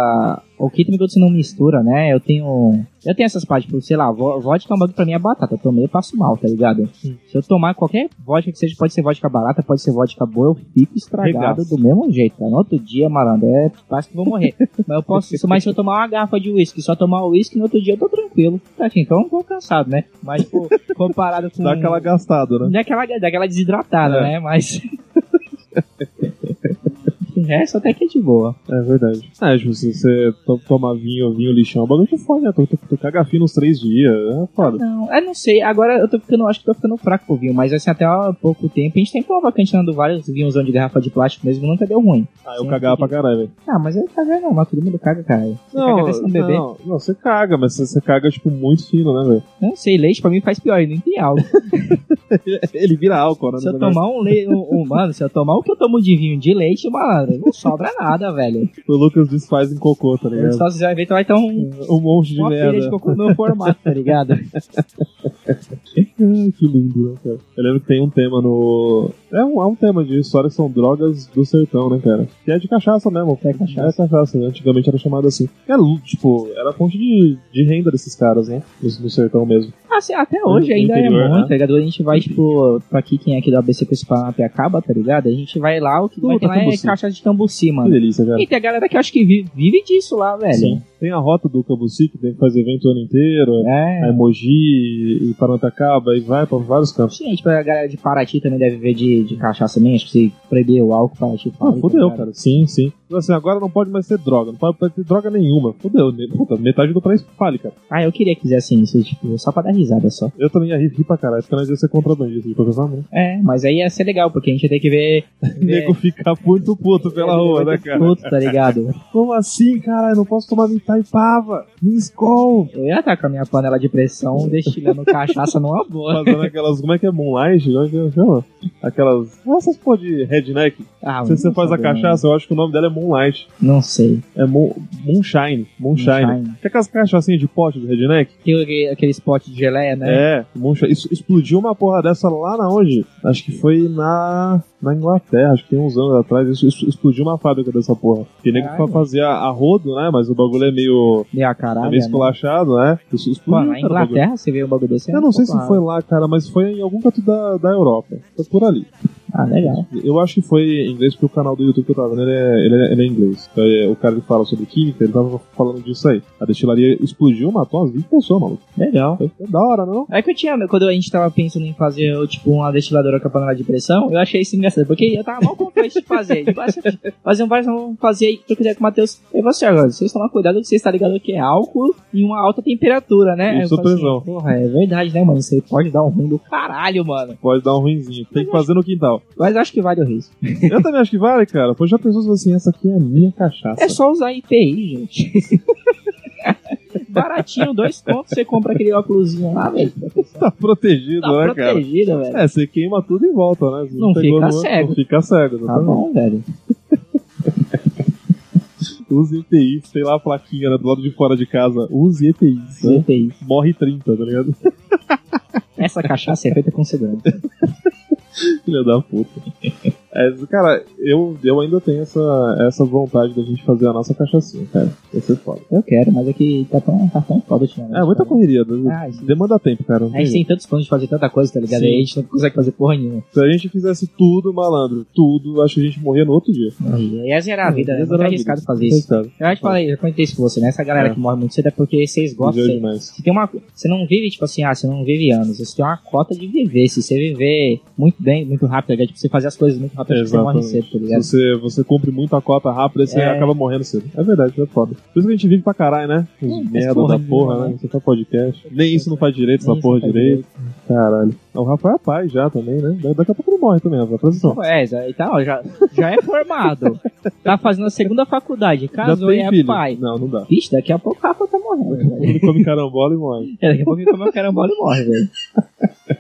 Speaker 2: O que também quando você não mistura, né? Eu tenho. Eu tenho essas partes, tipo, sei lá, vo- vodka é um bagulho pra mim é batata. Eu tomei, eu passo mal, tá ligado? Se eu tomar qualquer vodka que seja, pode ser vodka barata, pode ser vodka boa, eu fico estragado
Speaker 3: Regaço.
Speaker 2: do mesmo jeito, cara. No outro dia, malandro, é quase que eu vou morrer. mas eu posso. Mas se eu tomar uma garrafa de uísque, só tomar o uísque, no outro dia eu tô tranquilo. Tá, gente, então eu não tô cansado, né? Mas, pô, comparado com.
Speaker 3: Dá aquela gastada, né?
Speaker 2: Não é aquela, daquela desidratada,
Speaker 3: É.
Speaker 2: né? Mas. o resto até que é de boa.
Speaker 3: É verdade. É, tipo, se você to- tomar vinho, vinho lixão, é um bagulho que é foda, né? Tu, tu, tu caga fino uns três dias, é foda.
Speaker 2: Não, eu não sei. Agora eu tô ficando, acho que tô ficando fraco pro vinho, mas assim, até há pouco tempo a gente tem prova cantinando vários vinhozão de garrafa de plástico mesmo, nunca deu ruim.
Speaker 3: Ah, eu
Speaker 2: Sim,
Speaker 3: cagava pra
Speaker 2: porque-
Speaker 3: caralho, velho.
Speaker 2: Ah, mas eu cagar não, mas todo mundo caga, cara. Você caga até se não beber.
Speaker 3: não, não, você caga, mas você, você caga, tipo, muito fino, né,
Speaker 2: Eu não sei, leite pra mim faz pior, ele não tem álcool.
Speaker 3: velho? Ele vira álcool, né?
Speaker 2: Se eu
Speaker 3: na verdade.
Speaker 2: tomar um leite, um, um- mano, se eu tomar o que eu tomo de vinho de leite, malandro, velho. Não sobra nada, velho.
Speaker 3: O Lucas desfaz em cocô, tá
Speaker 2: Os
Speaker 3: ligado?
Speaker 2: Estados Unidos vai ver, então vai ter um,
Speaker 3: Um monte de
Speaker 2: uma
Speaker 3: merda.
Speaker 2: pilha de cocô no meu formato, tá ligado?
Speaker 3: Ai, que lindo, né, cara? Eu lembro que tem um tema no. É um, é um tema de histórias que são drogas do sertão, né, cara? Que é de cachaça mesmo. É cachaça. É cachaça, né? Antigamente era chamado assim. Era, tipo, era a fonte de, de renda desses caras, né? No, no sertão mesmo.
Speaker 2: Assim, até hoje
Speaker 3: No
Speaker 2: ainda
Speaker 3: interior,
Speaker 2: é muito,
Speaker 3: né?
Speaker 2: tá ligado? A gente vai, tipo, pra aqui, quem é aqui do ABC com esse acaba, tá ligado? A gente vai lá, o que vai ter
Speaker 3: Puta,
Speaker 2: lá é
Speaker 3: tá Cambuci.
Speaker 2: caixa de cambuci,
Speaker 3: Ah. Que
Speaker 2: mano.
Speaker 3: delícia, cara.
Speaker 2: E tem a galera que acho que vive, vive disso lá, velho.
Speaker 3: Sim. Tem a rota do Cambuci, que tem que fazer evento o ano inteiro.
Speaker 2: É.
Speaker 3: A Emoji e Parantacaba e vai pra vários campos.
Speaker 2: Sim, tipo, a galera de Paraty também deve viver de, de cachaça também, acho que se proibir o álcool, Paraty
Speaker 3: Ah,
Speaker 2: fala,
Speaker 3: fodeu,
Speaker 2: tá ligado?
Speaker 3: cara. Sim, sim. Então, Assim, agora não pode mais ter droga. Não pode mais ter droga nenhuma. Fodeu. Ne- Puta, metade do país fale, cara.
Speaker 2: Ah, eu queria que fizessem isso, tipo, só pra dar risada só.
Speaker 3: Eu também ia rir, rir pra caralho, porque nós ia ser contrabandista de qualquer forma, né?
Speaker 2: É, mas aí ia ser legal, porque a gente ia ter que ver. é,
Speaker 3: O nego fica muito puto pela rua, né, cara?
Speaker 2: Puto, tá ligado?
Speaker 3: Como assim, caralho? Não posso tomar Itaipava, Niscol.
Speaker 2: Eu ia estar com a minha panela de pressão destilando cachaça numa boa.
Speaker 3: Fazendo aquelas, como é que é, Moonlight? Como é que chama? Aquelas, essas porra de redneck.
Speaker 2: Ah,
Speaker 3: Se você
Speaker 2: não
Speaker 3: faz a
Speaker 2: sabe, né?
Speaker 3: cachaça, eu acho que o nome dela é Moonlight.
Speaker 2: Não sei.
Speaker 3: É Moon, Moonshine, Moonshine.
Speaker 2: Moonshine.
Speaker 3: Que é aquelas cachaçinhas de pote de redneck?
Speaker 2: Um Tem aquele, aquele spot de geleia, né?
Speaker 3: É, Moonshine. Isso, explodiu uma porra dessa lá na onde? Acho que foi na, na Inglaterra, acho que tem uns anos atrás. Isso, isso- explodiu uma fábrica dessa porra. Que nego
Speaker 2: Caralho.
Speaker 3: fa- fazia a rodo, né? Mas o bagulho é meio,
Speaker 2: E a
Speaker 3: é
Speaker 2: caralho.
Speaker 3: meio
Speaker 2: né?
Speaker 3: esculachado, né? Isso
Speaker 2: Pô,
Speaker 3: explodiu.
Speaker 2: na
Speaker 3: cara, o bagulho.
Speaker 2: Inglaterra você vê um bagulho desse?
Speaker 3: Eu não sei se
Speaker 2: Claro.
Speaker 3: foi lá, cara, mas foi em algum canto da, da Europa. Foi por ali.
Speaker 2: Ah, legal.
Speaker 3: Eu acho que foi em inglês porque o canal do YouTube que eu tava vendo ele é, ele é, ele é em inglês. Então, é, o cara que fala sobre química, ele tava falando disso aí. A destilaria explodiu, matou umas 20 pessoas, maluco.
Speaker 2: Legal.
Speaker 3: Foi foi da hora, não?
Speaker 2: É que eu tinha, quando a gente tava pensando em fazer, tipo, uma destiladora com a panela de pressão, eu achei isso engraçado, porque eu tava mal confiante de fazer. Tipo, assim, fazer um vários, vamos fazer aí, trocar ideia com o Matheus. Eu falei assim, agora, vocês tomam cuidado que vocês tá ligado que é álcool e uma alta temperatura, né?
Speaker 3: E
Speaker 2: Aí eu falei assim,
Speaker 3: surpresão.
Speaker 2: Porra, é verdade, né, mano? Isso aí pode dar um ruim do caralho, mano.
Speaker 3: Pode dar um ruinzinho. Tem que fazer no quintal.
Speaker 2: Mas acho que vale o risco.
Speaker 3: Eu também acho que vale, cara. Pois já pensou se assim, essa aqui é a minha cachaça.
Speaker 2: É só usar IPI, gente. Baratinho, dois pontos, você compra aquele óculosinho lá, velho.
Speaker 3: Tá protegido,
Speaker 2: Tá
Speaker 3: né, cara?
Speaker 2: protegido, velho.
Speaker 3: É, você queima tudo em volta, né? Você
Speaker 2: Não
Speaker 3: pegou
Speaker 2: fica
Speaker 3: no-
Speaker 2: cego.
Speaker 3: Não fica cego,
Speaker 2: Tá
Speaker 3: exatamente.
Speaker 2: bom, velho.
Speaker 3: Use EPI, sei lá a plaquinha né, do lado de fora de casa. Use EPI. né?
Speaker 2: IPI.
Speaker 3: Morre 30, tá ligado?
Speaker 2: Essa cachaça é feita com segurança.
Speaker 3: Filha da puta. É, cara, eu, eu ainda tenho essa, essa vontade da gente fazer a nossa cachaçinha, cara. Vai ser foda.
Speaker 2: Eu quero, mas é que tá tão, tá tão foda ultimamente.
Speaker 3: É, muita
Speaker 2: cara.
Speaker 3: correria.
Speaker 2: Ah, gente.
Speaker 3: Demanda tempo, cara. não
Speaker 2: A gente tem
Speaker 3: tem
Speaker 2: tantos planos de fazer tanta coisa, tá ligado?
Speaker 3: Sim.
Speaker 2: Aí a gente não consegue fazer porra nenhuma.
Speaker 3: jeito. Se a gente fizesse tudo, malandro, tudo, acho que a gente morria no outro dia.
Speaker 2: E é zerar a vida, né? É
Speaker 3: Ia
Speaker 2: muito
Speaker 3: zerar a
Speaker 2: arriscado
Speaker 3: vida.
Speaker 2: fazer isso.
Speaker 3: Arriscado.
Speaker 2: Eu já te falei, eu comentei isso com você, né? Essa galera
Speaker 3: É.
Speaker 2: que morre muito cedo é porque vocês gostam.
Speaker 3: Viveu
Speaker 2: Você,
Speaker 3: demais.
Speaker 2: você tem uma, você não vive, tipo assim, ah, você não vive anos. Você tem uma cota de viver. Se você viver muito bem, muito rápido, tá ligado? Tipo, você fazer as coisas muito rápido, acho que você morre
Speaker 3: Exatamente.
Speaker 2: cedo, tá ligado?
Speaker 3: Você, você cumpre muita cota rápida e você
Speaker 2: É.
Speaker 3: acaba morrendo cedo. É verdade, isso é foda. Por isso que a gente vive pra caralho, né? Os
Speaker 2: Hum, mas
Speaker 3: merda
Speaker 2: porra
Speaker 3: da porra,
Speaker 2: nenhuma,
Speaker 3: né? Você faz podcast. Nem isso não faz direito,
Speaker 2: Nem
Speaker 3: essa
Speaker 2: isso tá
Speaker 3: porra
Speaker 2: faz
Speaker 3: direito. Caralho. O Rafael é pai já também, né? Da- Daqui a pouco ele morre também, Rafael. Presta atenção.
Speaker 2: É, já- então, já, já é formado. tá fazendo a segunda faculdade, casou e
Speaker 3: já
Speaker 2: é
Speaker 3: tem filho.
Speaker 2: pai.
Speaker 3: Não, não dá.
Speaker 2: Vixe, daqui a pouco o Rafa tá morrendo. velho.
Speaker 3: Ele come carambola e morre.
Speaker 2: É, daqui a pouco ele comeu carambola e morre, velho.
Speaker 3: Ai,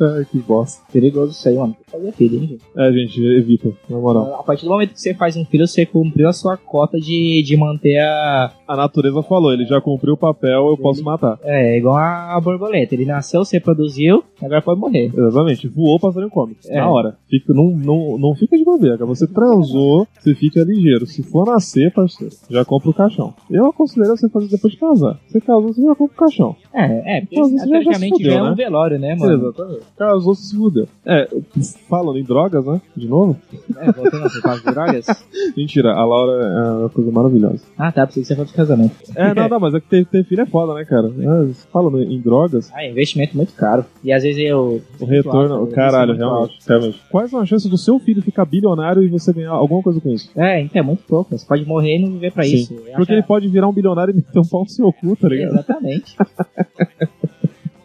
Speaker 3: É, que bosta.
Speaker 2: Perigoso isso aí, mano. Tem que Fazer filho, hein, gente?
Speaker 3: É, gente, evita, na moral.
Speaker 2: A partir do momento que você faz um filho, você cumpriu a sua cota de, de manter a.
Speaker 3: A natureza falou, ele já cumpriu o papel, eu posso matar.
Speaker 2: É, igual a borboleta. Ele nasceu, você produziu, agora pode morrer.
Speaker 3: Exatamente, voou, passarinho come.
Speaker 2: É.
Speaker 3: Na hora. Fica, não, não, não fica de bobeira. cara. Você transou, você fica ligeiro. Se for nascer, parceiro, já compra o caixão. Eu aconselho você fazer depois de casar. Você casou, você já compra o caixão.
Speaker 2: É, é, porque
Speaker 3: Mas você já- já se
Speaker 2: teoricamente já,
Speaker 3: fudeu,
Speaker 2: é um
Speaker 3: né?
Speaker 2: velório, né, mano?
Speaker 3: Exatamente. Casou, você se fudeu. É, falando em drogas, né? De novo?
Speaker 2: É, voltando a falar de drogas.
Speaker 3: Mentira, a Laura é uma coisa maravilhosa.
Speaker 2: Ah, tá, pensei que você falou de casamento.
Speaker 3: É, não, não, mas é que ter, ter filho é foda, né, cara? É, falando em drogas,
Speaker 2: Ah, investimento muito caro. E às vezes eu.
Speaker 3: o retorno.
Speaker 2: Muito alto,
Speaker 3: caralho,
Speaker 2: é muito alto.
Speaker 3: realmente, realmente. Quais são as chances do seu filho ficar bilionário e você ganhar alguma coisa com isso?
Speaker 2: É, então é muito pouco. Você pode morrer e não viver pra
Speaker 3: Sim.
Speaker 2: isso. Eu
Speaker 3: Porque ele
Speaker 2: acho-
Speaker 3: pode virar um bilionário e meter um pau no seu cu, tá ligado?
Speaker 2: Exatamente.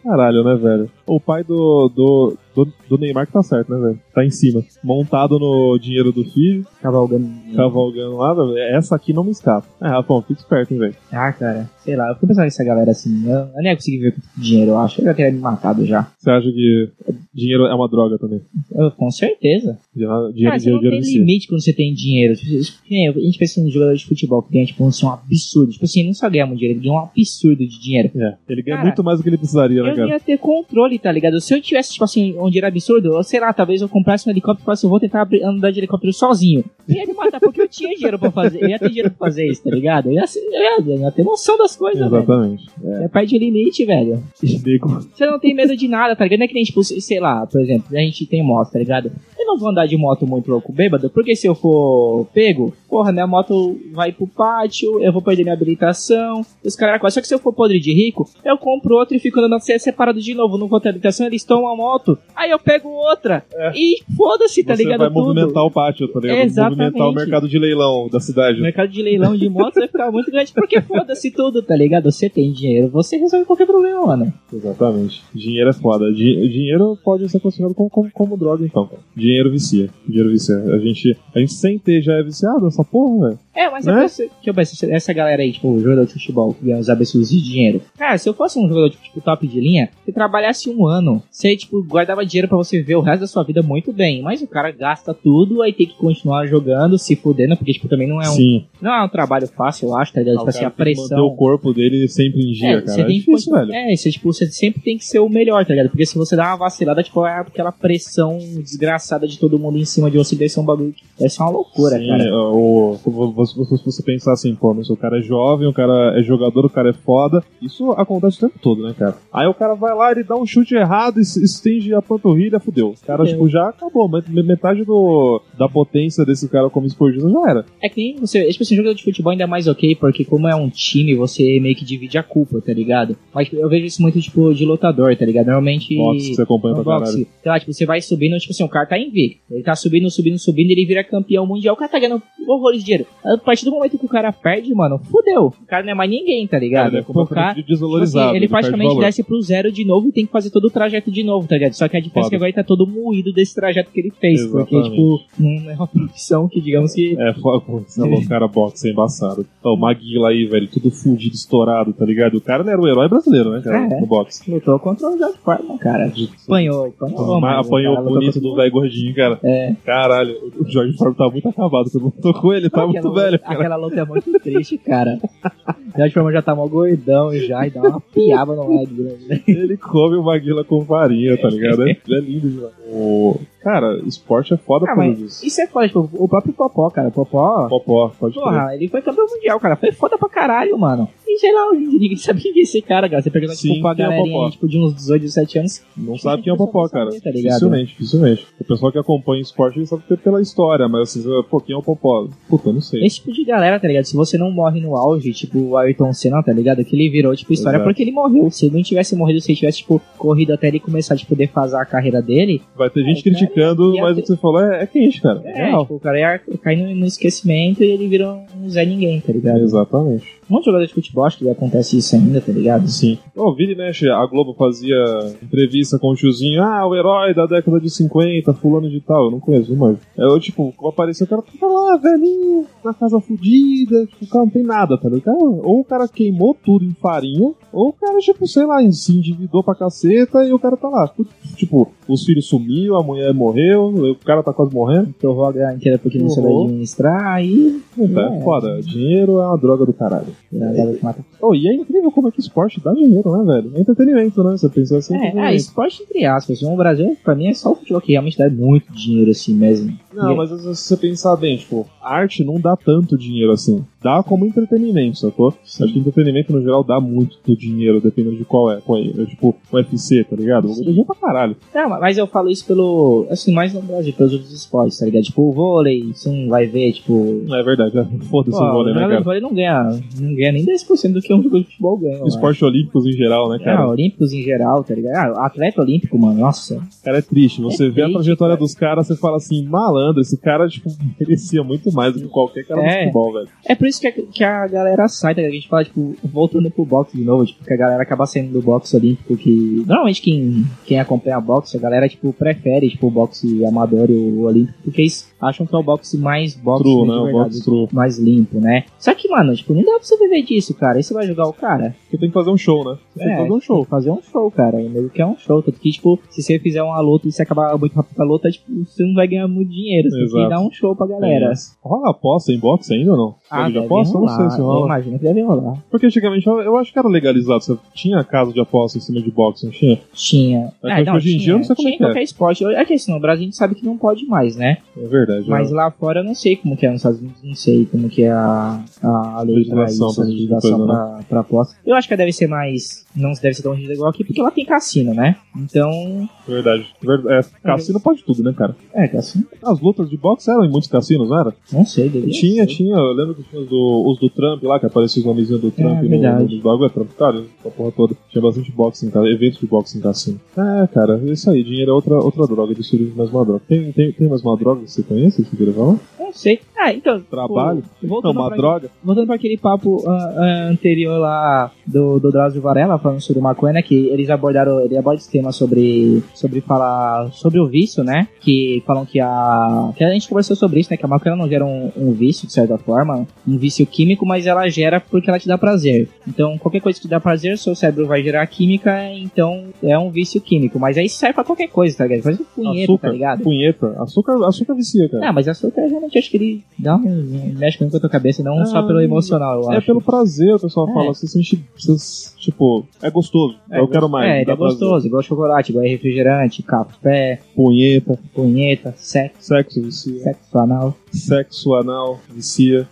Speaker 3: Caralho, né, velho? O pai do, do, do, do Neymar que tá certo, né, velho? Tá em cima. Montado no dinheiro do filho,
Speaker 2: Cavalgando.
Speaker 3: cavalgando lá, velho. Essa aqui não me escapa. É, Rafão, fica esperto, hein, velho?
Speaker 2: Ah, cara, sei lá, eu fico pensando nessa galera assim, eu, eu nem ia conseguir ver com tanto dinheiro, eu acho. Eu já teria me matado já.
Speaker 3: Você acha que Dinheiro é uma droga também.
Speaker 2: Eu- com certeza.
Speaker 3: Dinheiro,
Speaker 2: Cara,
Speaker 3: dinheiro,
Speaker 2: você Ah, não
Speaker 3: dinheiro,
Speaker 2: tem
Speaker 3: dinheiro
Speaker 2: limite quando você tem dinheiro. Tipo, isso- que nem eu- A gente pensa em jogador de futebol que ganha, tipo, assim, um absurdo. Tipo assim, ele não só ganha muito dinheiro, ele ganha um absurdo de dinheiro.
Speaker 3: vicia. É, ele ganha
Speaker 2: Cara,
Speaker 3: muito mais do que ele precisaria, né,
Speaker 2: Eu
Speaker 3: cara?
Speaker 2: ia ter controle, tá ligado? Se eu tivesse, tipo assim, um dinheiro absurdo, eu, sei lá, talvez eu comprasse um helicóptero e falasse, eu vou tentar abri- andar de helicóptero sozinho. Eu ia me matar porque eu tinha dinheiro pra fazer. Eu ia ter dinheiro pra fazer isso, tá ligado? Eu ia, ser- eu ia, eu ia ter noção das coisas, velho.
Speaker 3: Exatamente.
Speaker 2: É parte de limite, velho.
Speaker 3: Nego-
Speaker 2: Você não tem medo de nada, tá ligado? Não é que nem, tipo, sei lá, por exemplo, a gente tem moto, tá ligado? Eu não vou andar de moto muito louco bêbado, porque se eu for pego, porra, minha moto vai pro pátio, eu vou perder minha habilitação, os caras quase. Só que se eu for podre de rico, eu compro outra e fico andando se- separado de novo, não vou ter habilitação, eles tomam a moto, aí eu pego outra e foda-se, tá
Speaker 3: É. Você
Speaker 2: ligado?
Speaker 3: vai
Speaker 2: tudo.
Speaker 3: movimentar o pátio, tá ligado?
Speaker 2: Exatamente.
Speaker 3: Movimentar o mercado de leilão da
Speaker 2: O
Speaker 3: cidade.
Speaker 2: mercado de leilão de motos vai ficar muito grande, porque foda-se tudo, tá ligado? Você tem dinheiro, você resolve qualquer problema, mano.
Speaker 3: Exatamente. Dinheiro é foda. Di- dinheiro pode ser considerado como, como, como droga, então. cara. Dinheiro vicia. Dinheiro vicia. A gente, a gente sem ter já é viciado essa porra, velho.
Speaker 2: É, mas
Speaker 3: Né?
Speaker 2: eu penso, que eu penso, essa galera aí, tipo, jogador de futebol que ganha os absurdos de dinheiro. Cara, se eu fosse um jogador tipo, top de linha, você trabalhasse um ano, você, tipo, guardava dinheiro pra você ver o resto da sua vida muito bem. Mas o cara gasta tudo, aí tem que continuar jogando, se fudendo, porque, tipo, também não é um,
Speaker 3: Sim.
Speaker 2: não é um trabalho fácil, eu acho, tá ligado?
Speaker 3: Ah, o
Speaker 2: Tipo assim,
Speaker 3: cara
Speaker 2: a
Speaker 3: tem que Manter o
Speaker 2: pressão.
Speaker 3: corpo dele sempre em dia,
Speaker 2: É,
Speaker 3: cara. É
Speaker 2: tem que
Speaker 3: difícil,
Speaker 2: continuar-
Speaker 3: velho.
Speaker 2: é, você, tipo, você sempre tem que ser o melhor, tá ligado? Porque se você dá uma vacilada, tipo, é aquela pressão desgraçada de todo mundo em cima de você, deve ser um bagulho. Deve ser uma loucura,
Speaker 3: Sim,
Speaker 2: cara.
Speaker 3: o- o- você- você- se você pensar assim, pô, mas o cara é jovem, o cara é jogador, o cara é foda. Isso acontece o tempo todo, né, cara? Aí o cara vai lá, ele dá um chute errado, es- estende a panturrilha, fudeu. O cara,
Speaker 2: Fudeu.
Speaker 3: tipo, já acabou. met- Metade do, da potência desse cara como esportista já era.
Speaker 2: É que nem você. Tipo assim, jogador de futebol ainda é mais ok, porque como é um time, você meio que divide a culpa, tá ligado? Mas eu vejo isso muito, tipo, de lotador, tá ligado? Normalmente.
Speaker 3: Boxe que você acompanha
Speaker 2: no
Speaker 3: pra caralho.
Speaker 2: boxe, sei lá, tipo, você vai subindo, tipo assim, o cara tá invicto. Ele tá subindo, subindo, subindo, ele vira campeão mundial. O cara tá ganhando horrores de dinheiro. A partir do momento que o cara perde, mano, fudeu. O cara não é mais ninguém, tá ligado?
Speaker 3: Cara, ele é
Speaker 2: o cara,
Speaker 3: completamente
Speaker 2: Tipo assim,
Speaker 3: desvalorizado.
Speaker 2: ele
Speaker 3: perde
Speaker 2: praticamente
Speaker 3: valor.
Speaker 2: desce pro zero de novo e tem que fazer todo o trajeto de novo, tá ligado? Só que a diferença é
Speaker 3: Foda.
Speaker 2: que agora ele tá todo moído desse trajeto que ele fez. Porque,
Speaker 3: Exatamente.
Speaker 2: tipo, não é uma profissão que, digamos que.
Speaker 3: É, foda, você é louco, cara, boxe é embaçado. Ó, o Maguila aí, velho, tudo fudido, estourado, tá ligado? O cara não era o herói brasileiro, né, cara,
Speaker 2: Ah, é?
Speaker 3: no boxe.
Speaker 2: Lutou contra o George Foreman, cara. Apanhou, apanhou.
Speaker 3: Mas
Speaker 2: mas o
Speaker 3: apanhou
Speaker 2: cara lutou
Speaker 3: bonito do velho gordinho, cara. É. Caralho, o Jorge Foreman tá muito acabado. Você não tocou ele, tá
Speaker 2: contra-
Speaker 3: muito
Speaker 2: Aquela-
Speaker 3: velho.
Speaker 2: Aquela luta é muito triste, cara. George Foreman já tá mó gordão já e dá uma piaba no lag grande. né?
Speaker 3: Ele come o Maguila com farinha, tá ligado? É, é lindo demais. O... Cara, esporte é foda
Speaker 2: Ah,
Speaker 3: por
Speaker 2: mas-
Speaker 3: isso.
Speaker 2: Isso é foda, tipo, o próprio Popó, cara. Popó.
Speaker 3: Popó, pode crer.
Speaker 2: Porra, ele foi campeão mundial, cara. Foi foda pra caralho, mano. E sei lá, ninguém sabia quem é esse cara, cara. Você pergunta,
Speaker 3: Sim,
Speaker 2: tipo, pra
Speaker 3: quem é o
Speaker 2: galerinha,
Speaker 3: Popó?
Speaker 2: tipo, de uns 18, 17 anos.
Speaker 3: Não sabe quem é o Popó, cara.
Speaker 2: Tá ligado?
Speaker 3: dificilmente, dificilmente. O pessoal que acompanha esporte, ele sabe que é pela história, mas assim, pô, quem é o Popó? Puta, eu não sei.
Speaker 2: Esse tipo de galera, tá ligado? Se você não morre no auge, tipo o Ayrton Senna, tá ligado? Que ele virou, tipo, história
Speaker 3: Exato.
Speaker 2: porque ele morreu. Se ele não tivesse morrido, se ele tivesse, tipo, corrido até ele começar, tipo, defasar a carreira dele,
Speaker 3: Vai ter gente
Speaker 2: cara, é
Speaker 3: criticando,
Speaker 2: ia
Speaker 3: mas
Speaker 2: ter-
Speaker 3: o que você falou é, é quente, cara.
Speaker 2: é, tipo, o cara ia cair no, no esquecimento e ele virou um Zé Ninguém, tá ligado?
Speaker 3: Exatamente.
Speaker 2: Um monte de jogador de futebol, acho que acontece isso ainda, tá ligado?
Speaker 3: Sim. Ô, vira e mexe, né, a Globo fazia entrevista com o tiozinho, ah, o herói da década de 50, fulano de tal, eu não conheço, mas... Eu, tipo, apareceu o cara, tá lá, velhinho, na casa fudida, tipo, o cara não tem nada, tá ligado? Ou o cara queimou tudo em farinha, ou o cara, tipo, sei lá, se endividou pra caceta e o cara tá lá. Tipo, os filhos sumiu, a mulher morreu, o cara tá quase morrendo.
Speaker 2: Torrou a grana inteira porque não soube
Speaker 3: Torrou.
Speaker 2: administrar, aí.
Speaker 3: Tá, é foda, dinheiro é uma droga do caralho.
Speaker 2: É, que mata
Speaker 3: Oh, e é incrível como é que esporte dá dinheiro, né, velho? É entretenimento, né? Você pensa assim.
Speaker 2: É,
Speaker 3: entretenimento.
Speaker 2: ah, esporte entre aspas. No Brasil, pra mim, é só o futebol que realmente dá muito dinheiro assim mesmo.
Speaker 3: Não, mas às vezes, se você pensar bem, tipo, arte não dá tanto dinheiro assim. Dá como entretenimento, sacou? Acho que entretenimento no geral dá muito do dinheiro, dependendo de qual é. Qual é. É tipo, o UFC, tá ligado? Vou
Speaker 2: Sim.
Speaker 3: dinheiro pra caralho.
Speaker 2: Não, mas eu falo isso pelo. Assim, mais no Brasil, pelos outros esportes, tá ligado? Tipo, o vôlei, você não vai ver, tipo.
Speaker 3: É verdade, né? Foda-se
Speaker 2: pô,
Speaker 3: o vôlei,
Speaker 2: o
Speaker 3: né,
Speaker 2: jogador de
Speaker 3: cara?
Speaker 2: vôlei não ganha, não ganha nem 10% do que um jogador de futebol ganha. eu acho.
Speaker 3: Esporte olímpicos em geral, né,
Speaker 2: Ah,
Speaker 3: cara?
Speaker 2: olímpicos em geral, tá ligado? Ah, atleta olímpico, mano, nossa.
Speaker 3: Cara, é triste. Você
Speaker 2: É
Speaker 3: vê a
Speaker 2: triste,
Speaker 3: trajetória
Speaker 2: cara.
Speaker 3: dos caras, você fala assim, malandro, esse cara, tipo, merecia muito mais do que qualquer cara
Speaker 2: É.
Speaker 3: de futebol, velho.
Speaker 2: É por isso que a, que a galera sai, tá ligado? A gente fala, tipo, voltando pro boxe de novo, tipo, que a galera acaba saindo do boxe olímpico, que normalmente quem, quem acompanha boxe, a galera, tipo, prefere, tipo, o boxe amador e o olímpico, porque eles acham que é o boxe mais boxe,
Speaker 3: True,
Speaker 2: né,
Speaker 3: né?
Speaker 2: de
Speaker 3: O
Speaker 2: verdade,
Speaker 3: box true.
Speaker 2: mais limpo, né? Só que, mano, tipo, não dá pra você viver disso, cara. Aí você vai jogar o cara.
Speaker 3: Porque tem que fazer um show, né? Você tem
Speaker 2: É.
Speaker 3: que fazer um show.
Speaker 2: Fazer um show, cara. E meio que é um show. Tanto que, tipo, se você fizer uma luta e você acabar muito rápido com a luta, tipo, você não vai ganhar muito dinheiro. Você tem
Speaker 3: Exato.
Speaker 2: que dar um show pra galera.
Speaker 3: É
Speaker 2: Ah,
Speaker 3: Rola aposta em boxe ainda ou não? Jogo de
Speaker 2: deve
Speaker 3: aposta? Eu Não sei
Speaker 2: rolar.
Speaker 3: se
Speaker 2: Eu
Speaker 3: Ah, rola.
Speaker 2: imagino que deve rolar.
Speaker 3: Porque antigamente eu- eu acho que era legalizado. Você tinha casa de aposta em cima de boxe, não tinha?
Speaker 2: Tinha.
Speaker 3: É que hoje em dia eu não sei como
Speaker 2: tinha
Speaker 3: é
Speaker 2: em
Speaker 3: que é.
Speaker 2: qualquer esporte. É que assim, no Brasil a gente sabe que não pode mais, né?
Speaker 3: É verdade.
Speaker 2: Mas
Speaker 3: né?
Speaker 2: lá fora eu não sei como que é nos Estados Unidos, não sei como que é a, a lei pra
Speaker 3: Legislação,
Speaker 2: isso, a
Speaker 3: pra esse tipo de
Speaker 2: legislação
Speaker 3: coisa,
Speaker 2: pra, pra aposta. Eu acho que ela deve ser mais. Não deve ser tão rígida igual aqui, porque lá tem cassino, né? Então.
Speaker 3: Verdade. Ver- é, cassino pode tudo, né, cara?
Speaker 2: É, cassino.
Speaker 3: As lutas de boxe eram em muitos cassinos, não era?
Speaker 2: Não sei, devia
Speaker 3: Tinha,
Speaker 2: ser.
Speaker 3: tinha. Eu lembro que tinha os do, os do Trump lá, que aparecia os nomezinhos do Trump no, no,
Speaker 2: verdade.
Speaker 3: nos bagulho. É Trump, cara, a porra toda. Tinha bastante boxe em casa, eventos de boxe em cassino. É, cara, é isso aí. Dinheiro é outra, outra droga, destruir mais uma droga. Tem, tem, tem mais uma droga que você conhece, que você queira falar?
Speaker 2: Não sei. Ah, então.
Speaker 3: Trabalho?
Speaker 2: pô,
Speaker 3: Não,
Speaker 2: Voltando,
Speaker 3: uma
Speaker 2: pra,
Speaker 3: droga.
Speaker 2: voltando pra aquele papo ah, ah, anterior lá do, do Drauzio Varela falando sobre maconha, né, que eles abordaram, ele aborda esse tema sobre, sobre falar sobre o vício, né? Que falam que a. Que a gente conversou sobre isso, né? Que a maconha não gera um, um vício, de certa forma, um vício químico, mas ela gera porque ela te dá prazer. Então, qualquer coisa que te dá prazer, seu cérebro vai gerar química, então é um vício químico. Mas aí serve pra qualquer coisa, tá ligado? Faz um punheta,
Speaker 3: açúcar.
Speaker 2: tá ligado?
Speaker 3: Punheta. Açúcar, açúcar vicia, cara.
Speaker 2: Ah, mas açúcar eu realmente acho que ele dá um mexe com a tua cabeça, não
Speaker 3: Ah,
Speaker 2: só pelo emocional, eu
Speaker 3: É
Speaker 2: acho.
Speaker 3: pelo prazer, o pessoal
Speaker 2: É.
Speaker 3: fala. Você sente. você- tipo, é gostoso.
Speaker 2: É,
Speaker 3: eu quero mais.
Speaker 2: É,
Speaker 3: me
Speaker 2: ele
Speaker 3: dá
Speaker 2: é gostoso, igual chocolate, igual refrigerante, café,
Speaker 3: prazer. Punheta,
Speaker 2: punheta, sexo,
Speaker 3: sexo vicia.
Speaker 2: sexo anal.
Speaker 3: Sexo anal vicia.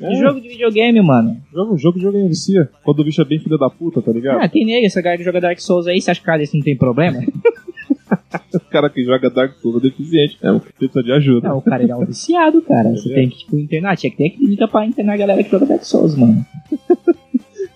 Speaker 3: É, jogo,
Speaker 2: Jogo de videogame, mano.
Speaker 3: jogo, jogo, jogo vicia. Quando o bicho é bem filho da puta, tá ligado?
Speaker 2: Ah, tem nele, essa galera que joga Dark Souls aí, você acha que cara desse não tem problema?
Speaker 3: O cara que joga Dark Souls é deficiente. É, precisa de ajuda.
Speaker 2: Não, o cara ele é um viciado, cara.
Speaker 3: É.
Speaker 2: Você tem que, tipo, internar. Tinha que ter clínica pra internar a galera que joga Dark Souls, mano.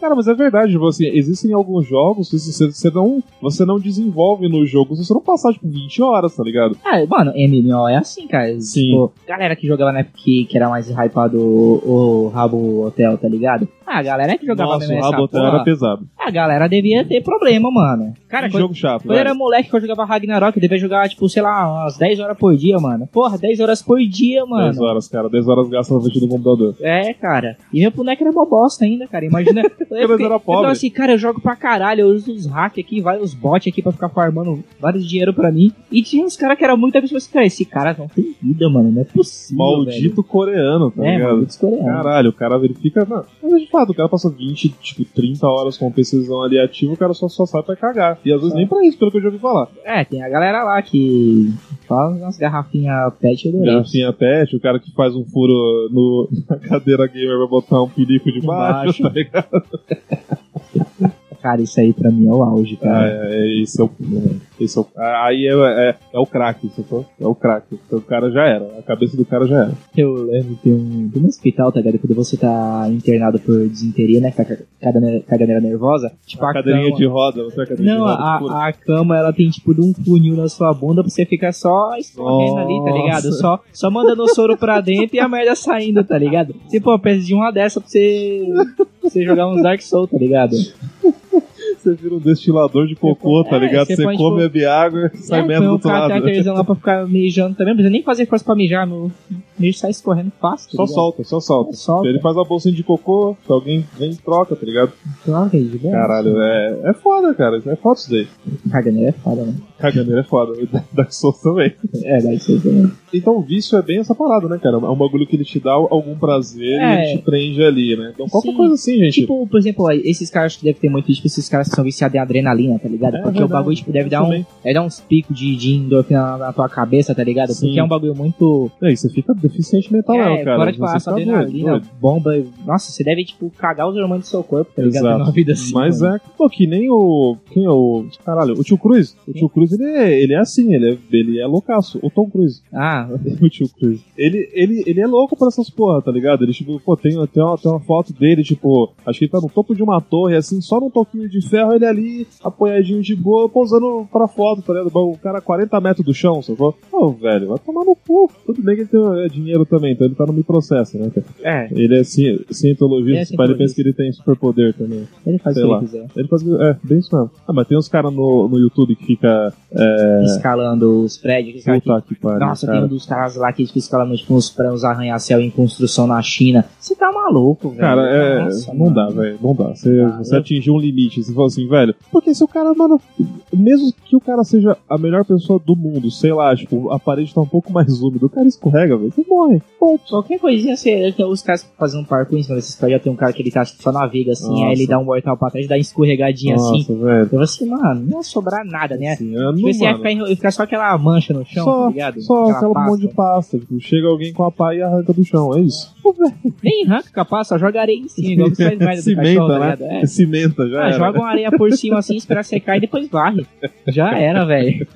Speaker 3: Cara, mas é verdade, tipo assim, existem alguns jogos que você, você não, você não desenvolve no jogo se você não passar, tipo, 20 horas, tá ligado?
Speaker 2: Ah, mano, MMO é assim, cara.
Speaker 3: Sim.
Speaker 2: Tipo, galera que jogava na época que, que era mais hypado o, o Rabo Hotel, tá ligado? Ah, a galera que jogava
Speaker 3: Nossa, o
Speaker 2: mesmo essa
Speaker 3: rabo até
Speaker 2: porra,
Speaker 3: era pesado.
Speaker 2: A galera devia ter problema, mano. Cara,
Speaker 3: Que
Speaker 2: quando,
Speaker 3: jogo chato, né?
Speaker 2: quando eu
Speaker 3: velho.
Speaker 2: era moleque que eu jogava Ragnarok, eu devia jogar, tipo, sei lá, umas 10 horas por dia, mano. Porra, 10 horas por dia,
Speaker 3: 10
Speaker 2: mano.
Speaker 3: horas, cara. 10 horas gasta na frente do computador.
Speaker 2: É, cara. E meu boneco era mó bosta ainda, cara. Imagina. Eu fiquei-
Speaker 3: era
Speaker 2: eu
Speaker 3: pobre.
Speaker 2: falava assim, cara, eu jogo pra caralho, eu uso os hacks aqui, vai os bots aqui pra ficar farmando vários dinheiro pra mim. E tinha uns caras que eram muito absurdos. assim, Cara, esse cara não tem vida, mano. Não é possível.
Speaker 3: Maldito coreano, tá
Speaker 2: velho. É,
Speaker 3: ligado?
Speaker 2: maldito coreano.
Speaker 3: Caralho, o cara verifica. Não, mas de fato, o cara passa 20, tipo, 30 horas com o PCzão ali ativo, o cara só, só sai pra cagar. E às vezes nem pra isso, pelo que eu já ouvi falar.
Speaker 2: É, tem a galera lá que fala umas garrafinhas pet do
Speaker 3: Garrafinha pet, o cara que faz um furo no, na cadeira gamer vai botar um pinico de baixo,
Speaker 2: Embaixo.
Speaker 3: tá ligado?
Speaker 2: Cara, isso aí pra mim é o auge, cara.
Speaker 3: Ah, é, é, esse é o. Esse é o aí é, é, é o craque, sacou? É o craque. Então o cara já era. A cabeça do cara já era.
Speaker 2: Eu lembro de um, de um hospital, tá ligado? Quando você tá internado por disenteria, né? Com a ca- cadane- cadeirinha nervosa. Tipo, a,
Speaker 3: Cadeirinha
Speaker 2: cama...
Speaker 3: de roda, você é a cadeirinha de
Speaker 2: Não,
Speaker 3: roda. de furo?
Speaker 2: a, a cama, ela tem tipo de um funil na sua bunda pra você ficar só escorrendo ali, tá ligado?
Speaker 3: Nossa.
Speaker 2: Só, só mandando o soro pra dentro e a merda saindo, tá ligado? Você, pô, precisa de uma dessa pra você, pra você jogar uns Dark Souls, tá ligado?
Speaker 3: Você vira um destilador de cocô, tá
Speaker 2: É,
Speaker 3: ligado?
Speaker 2: você
Speaker 3: Você
Speaker 2: põe,
Speaker 3: come, bebe água e sai
Speaker 2: É,
Speaker 3: merda
Speaker 2: põe
Speaker 3: do
Speaker 2: um
Speaker 3: outro lado.
Speaker 2: catéterzão lá pra ficar mijando também. Não precisa nem fazer força pra mijar, meu mijo sai escorrendo fácil. tá
Speaker 3: Só
Speaker 2: ligado?
Speaker 3: solta, só solta.
Speaker 2: Só
Speaker 3: Ele faz uma bolsinha de cocô, se alguém vem e troca, tá ligado?
Speaker 2: Droga, de boa.
Speaker 3: Caralho, é, é foda, cara. É foda isso daí.
Speaker 2: Caganeira é foda, mano.
Speaker 3: Caganeira é foda. Dark Souls também.
Speaker 2: É, deve ser também.
Speaker 3: Então o vício é bem essa parada, né, cara? É um bagulho que ele te dá algum prazer
Speaker 2: É.
Speaker 3: e ele te prende ali, né? Então qualquer
Speaker 2: Sim.
Speaker 3: coisa assim, gente.
Speaker 2: Tipo, por exemplo, ó, esses caras que devem ter muito tipo, esses caras que são viciados em adrenalina, tá ligado?
Speaker 3: É,
Speaker 2: Porque o
Speaker 3: verdade.
Speaker 2: bagulho, tipo, deve dar, um,
Speaker 3: Também.
Speaker 2: deve dar uns picos de, de endorfina na, na tua cabeça, tá ligado?
Speaker 3: Sim.
Speaker 2: Porque é um bagulho muito.
Speaker 3: É, e você fica deficiente mental,
Speaker 2: é,
Speaker 3: não, cara.
Speaker 2: fora de
Speaker 3: você
Speaker 2: falar, essa
Speaker 3: fica
Speaker 2: adrenalina,
Speaker 3: doido, doido.
Speaker 2: bomba. Nossa, você deve, tipo, cagar os hormônios do seu corpo, tá ligado?
Speaker 3: Exato.
Speaker 2: Numa vida assim.
Speaker 3: Mas
Speaker 2: mano.
Speaker 3: é, pô, que nem o. Quem é o. Caralho, o tio Cruz. O tio Cruz, ele é, ele é assim, ele é, ele é loucaço. O Tom Cruise.
Speaker 2: Ah,
Speaker 3: o tio Cruz. Ele, ele, ele é louco pra essas porra, tá ligado? Ele, tipo, pô, tem, tem, uma, tem uma foto dele, tipo, acho que ele tá no topo de uma torre, assim, só num toquinho de ferro, ferro, ele ali, apoiadinho de boa, pousando pra foto, tá ligado? O cara 40 metros do chão, sacou? Ô, velho, vai tomar no cu. Tudo bem que ele tem é, dinheiro também, então ele tá no me processo, né, cara?
Speaker 2: É,
Speaker 3: Ele é ci- cientologista,
Speaker 2: Ele é
Speaker 3: esse pai, ele
Speaker 2: cientologista.
Speaker 3: pensa que ele tem superpoder também.
Speaker 2: ele faz
Speaker 3: Sei
Speaker 2: o que
Speaker 3: lá.
Speaker 2: ele quiser.
Speaker 3: Ele faz. É, bem isso mesmo. Ah, mas tem uns caras no, no YouTube que fica. É,
Speaker 2: Escalando os prédios. aquele cara
Speaker 3: puta que pariu.
Speaker 2: que- Nossa,
Speaker 3: cara.
Speaker 2: tem um dos caras lá que fica escalando tipo, uns, pra uns arranha-céu em construção na China. Você tá maluco, velho.
Speaker 3: Cara, é.
Speaker 2: Nossa,
Speaker 3: não
Speaker 2: mano.
Speaker 3: dá, velho. Não dá. Você,
Speaker 2: Não dá, né?
Speaker 3: você
Speaker 2: eu-
Speaker 3: atingiu um limite. Você falou assim, velho. Porque se o cara, mano. Mesmo que o cara seja a melhor pessoa do mundo, sei lá, tipo, a parede tá um pouco mais úmida, o cara escorrega, velho. Você morre. Ponto.
Speaker 2: Qualquer coisinha, você, tem os caras fazendo parkour em cima desses caras. Já tem um cara que ele tá acho que só navega assim, aí ele
Speaker 3: Nossa.
Speaker 2: dá um mortal pra trás, dá uma escorregadinha assim.
Speaker 3: Nossa, velho.
Speaker 2: Eu falei assim, mano, não ia sobrar nada, né?
Speaker 3: Assim, eu não,
Speaker 2: Tipo, você ia
Speaker 3: mano.
Speaker 2: ficar, em- ia ficar só aquela mancha no chão,
Speaker 3: Só-
Speaker 2: tá ligado?
Speaker 3: Só
Speaker 2: aquela
Speaker 3: aquela um monte de
Speaker 2: pasta.
Speaker 3: pasta. Tipo, chega alguém com a pá e arranca do chão. É isso.
Speaker 2: Nem arranca com a pasta, só joga areia em cima, igual que faz merda do
Speaker 3: Cimenta,
Speaker 2: cachorro, tá
Speaker 3: né?
Speaker 2: ligado? É.
Speaker 3: Cimenta já.
Speaker 2: Ah,
Speaker 3: era.
Speaker 2: joga uma areia por cima assim, espera secar e depois varre. Já era, velho.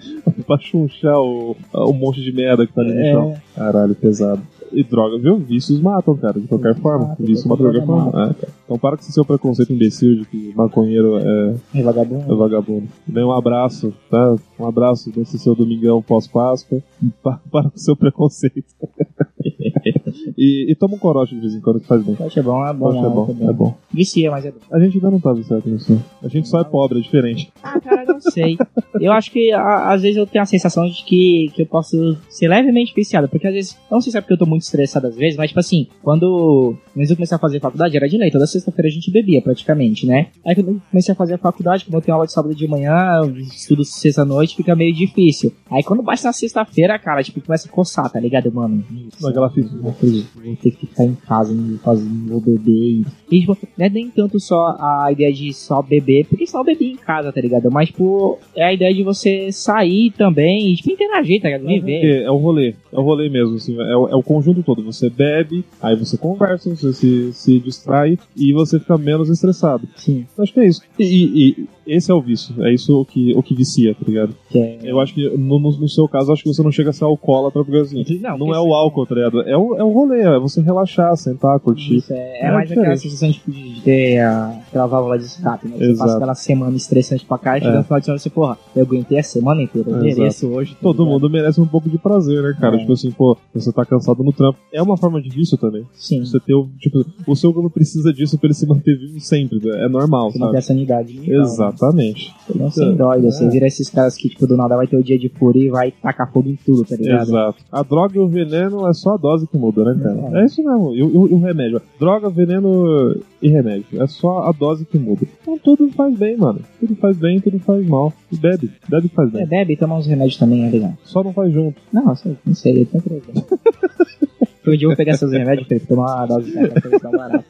Speaker 3: pra chunchar o, o monte de merda que tá ali no
Speaker 2: É.
Speaker 3: chão. Caralho, pesado. E droga, viu? Vícios matam, cara, de qualquer forma.
Speaker 2: matam,
Speaker 3: Vício mata de qualquer
Speaker 2: droga
Speaker 3: forma. É, cara. Então para com esse seu preconceito imbecil de que maconheiro é,
Speaker 2: É
Speaker 3: é
Speaker 2: vagabundo.
Speaker 3: vagabundo. Bem, um abraço, tá? Um abraço nesse seu domingão pós-Páscoa. Pa- para com o seu preconceito. e, e toma um corote de vez em quando que faz bem.
Speaker 2: Poxa, é bom, é bom.
Speaker 3: Poxa, é bom, é bom.
Speaker 2: Vicia, mas é bom.
Speaker 3: A gente ainda não tá viciado nisso. né? A gente só é pobre, é diferente.
Speaker 2: Ah, cara, não sei. Eu acho que a- às vezes eu tenho a sensação de que, que eu posso ser levemente viciado, porque às vezes, eu não sei se é porque eu tô muito estressado às vezes, mas tipo assim, quando mas eu comecei a fazer faculdade, era de lei, toda sexta-feira a gente bebia praticamente, né? Aí quando eu comecei a fazer a faculdade, como eu tenho aula de sábado de manhã, eu estudo sexta-noite, fica meio difícil. Aí quando bate na sexta-feira, cara, tipo, começa a coçar, tá ligado, mano? Isso.
Speaker 3: Naquela fita.
Speaker 2: Vou ter, vou ter que ficar em casa, não vou fazer, não vou beber. E, tipo, não é nem tanto só a ideia de só beber, porque só beber em casa, tá ligado? Mas, tipo, é a ideia de você sair também e, tipo, interagir, tá ligado? Viver.
Speaker 3: É, é o rolê, é o rolê mesmo, assim, é, o- é o conjunto todo. Você bebe, aí você conversa, você se, se distrai e você fica menos estressado.
Speaker 2: Sim.
Speaker 3: Eu Acho que é isso. E, e- e esse é o vício, é isso o que, o que vicia, tá ligado?
Speaker 2: Que é...
Speaker 3: Eu acho que, no, no- no seu caso, eu acho que você não chega a ser alcoólatra, porque assim,
Speaker 2: Não,
Speaker 3: não é o álcool, tá ligado? É o, é o rolê, é você relaxar, sentar, curtir.
Speaker 2: Isso, é, é
Speaker 3: É
Speaker 2: mais aquela
Speaker 3: diferente.
Speaker 2: sensação tipo, de, de ter a- aquela válvula de escape, né? Você passa
Speaker 3: Exato.
Speaker 2: aquela semana estressante pra cá e chega
Speaker 3: É.
Speaker 2: no final de semana e você, porra, eu aguentei a semana inteira, eu
Speaker 3: Exato.
Speaker 2: mereço hoje. tá
Speaker 3: Todo
Speaker 2: ligado?
Speaker 3: mundo merece um pouco de prazer, né, cara?
Speaker 2: É.
Speaker 3: Tipo assim, pô, você tá cansado no trampo. É uma forma de vício também.
Speaker 2: Sim,
Speaker 3: Você ter o, tipo, o seu grupo precisa disso pra ele se manter vivo sempre. né? É normal,
Speaker 2: tem que manter
Speaker 3: sabe?
Speaker 2: a sanidade. mental, né?
Speaker 3: Exatamente.
Speaker 2: Não sem dó,
Speaker 3: né?
Speaker 2: e é você vira esses caras que, tipo, do nada vai ter o dia de fúria e vai tacar fogo em tudo, tá ligado?
Speaker 3: Exato. A droga e o veneno é só a dose que muda, né, cara?
Speaker 2: É.
Speaker 3: É, isso mesmo. E o, e o- e o remédio? Droga, veneno e remédio. É só a dose que muda. Então tudo faz bem, mano. Tudo faz bem, tudo faz mal. E bebe. Bebe que faz
Speaker 2: É,
Speaker 3: bem.
Speaker 2: bebe e toma uns remédios também, é legal.
Speaker 3: Só não faz junto.
Speaker 2: Não, assim, não sei, eu tenho problema. Um dia eu vou pegar seus remédios, Felipe, tomar uma dose de café pra ficar barato.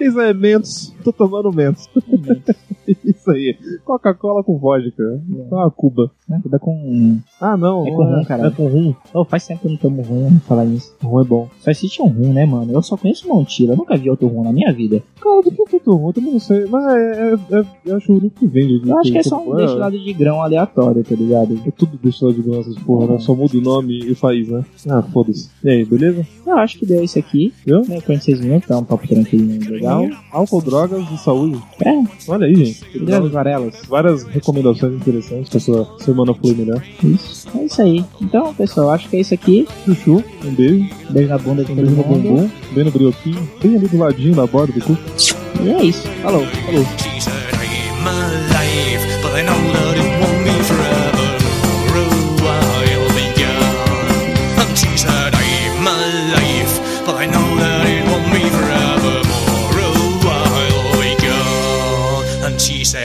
Speaker 3: Isso é Mentos. Tô tomando Mentos. isso aí. Coca-Cola com vodka.
Speaker 2: É.
Speaker 3: Ah, Cuba.
Speaker 2: Né, Tudo é com...
Speaker 3: Ah, não.
Speaker 2: É
Speaker 3: não
Speaker 2: com rum, cara.
Speaker 3: É com rum.
Speaker 2: Oh, faz tempo que eu não tomo rum, né, falar nisso.
Speaker 3: Rum é bom.
Speaker 2: Só existe um rum, né, mano? Eu só conheço Montila, eu nunca vi outro rum na minha vida.
Speaker 3: Cara, do que é feito rum? Eu também não sei. Mas é, é, é- eu acho o único que vende. assim, tipo,
Speaker 2: Eu acho que é só um
Speaker 3: destilado.
Speaker 2: destilado de grão aleatório, tá ligado?
Speaker 3: É tudo destilado de graças, porra, né? Só muda o nome e o país, né? Ah, foda-se. E aí, beleza?
Speaker 2: Eu acho que deu isso aqui.
Speaker 3: Deu?
Speaker 2: Né, 46 minutos, tá um papo tranquilo, legal.
Speaker 3: Álcool, drogas e saúde.
Speaker 2: É,
Speaker 3: Olha aí, gente.
Speaker 2: Guilherme Varelas.
Speaker 3: Várias recomendações interessantes pra sua semana fluir melhor.
Speaker 2: Isso. É isso aí. Então, pessoal, acho que é isso aqui.
Speaker 3: Chuchu, um beijo.
Speaker 2: Beijo na bunda de
Speaker 3: Um
Speaker 2: todo
Speaker 3: beijo no
Speaker 2: mundo.
Speaker 3: bumbum. Bem no brioquinho. Bem ali do ladinho da borda do cu.
Speaker 2: E é isso. Falou. Falou.
Speaker 4: She's a dream alive, but I know that it won't be forever. For a while be gone. And she's a dream alive, but I know that it won't be forever. For a while be ah, gone. And she's a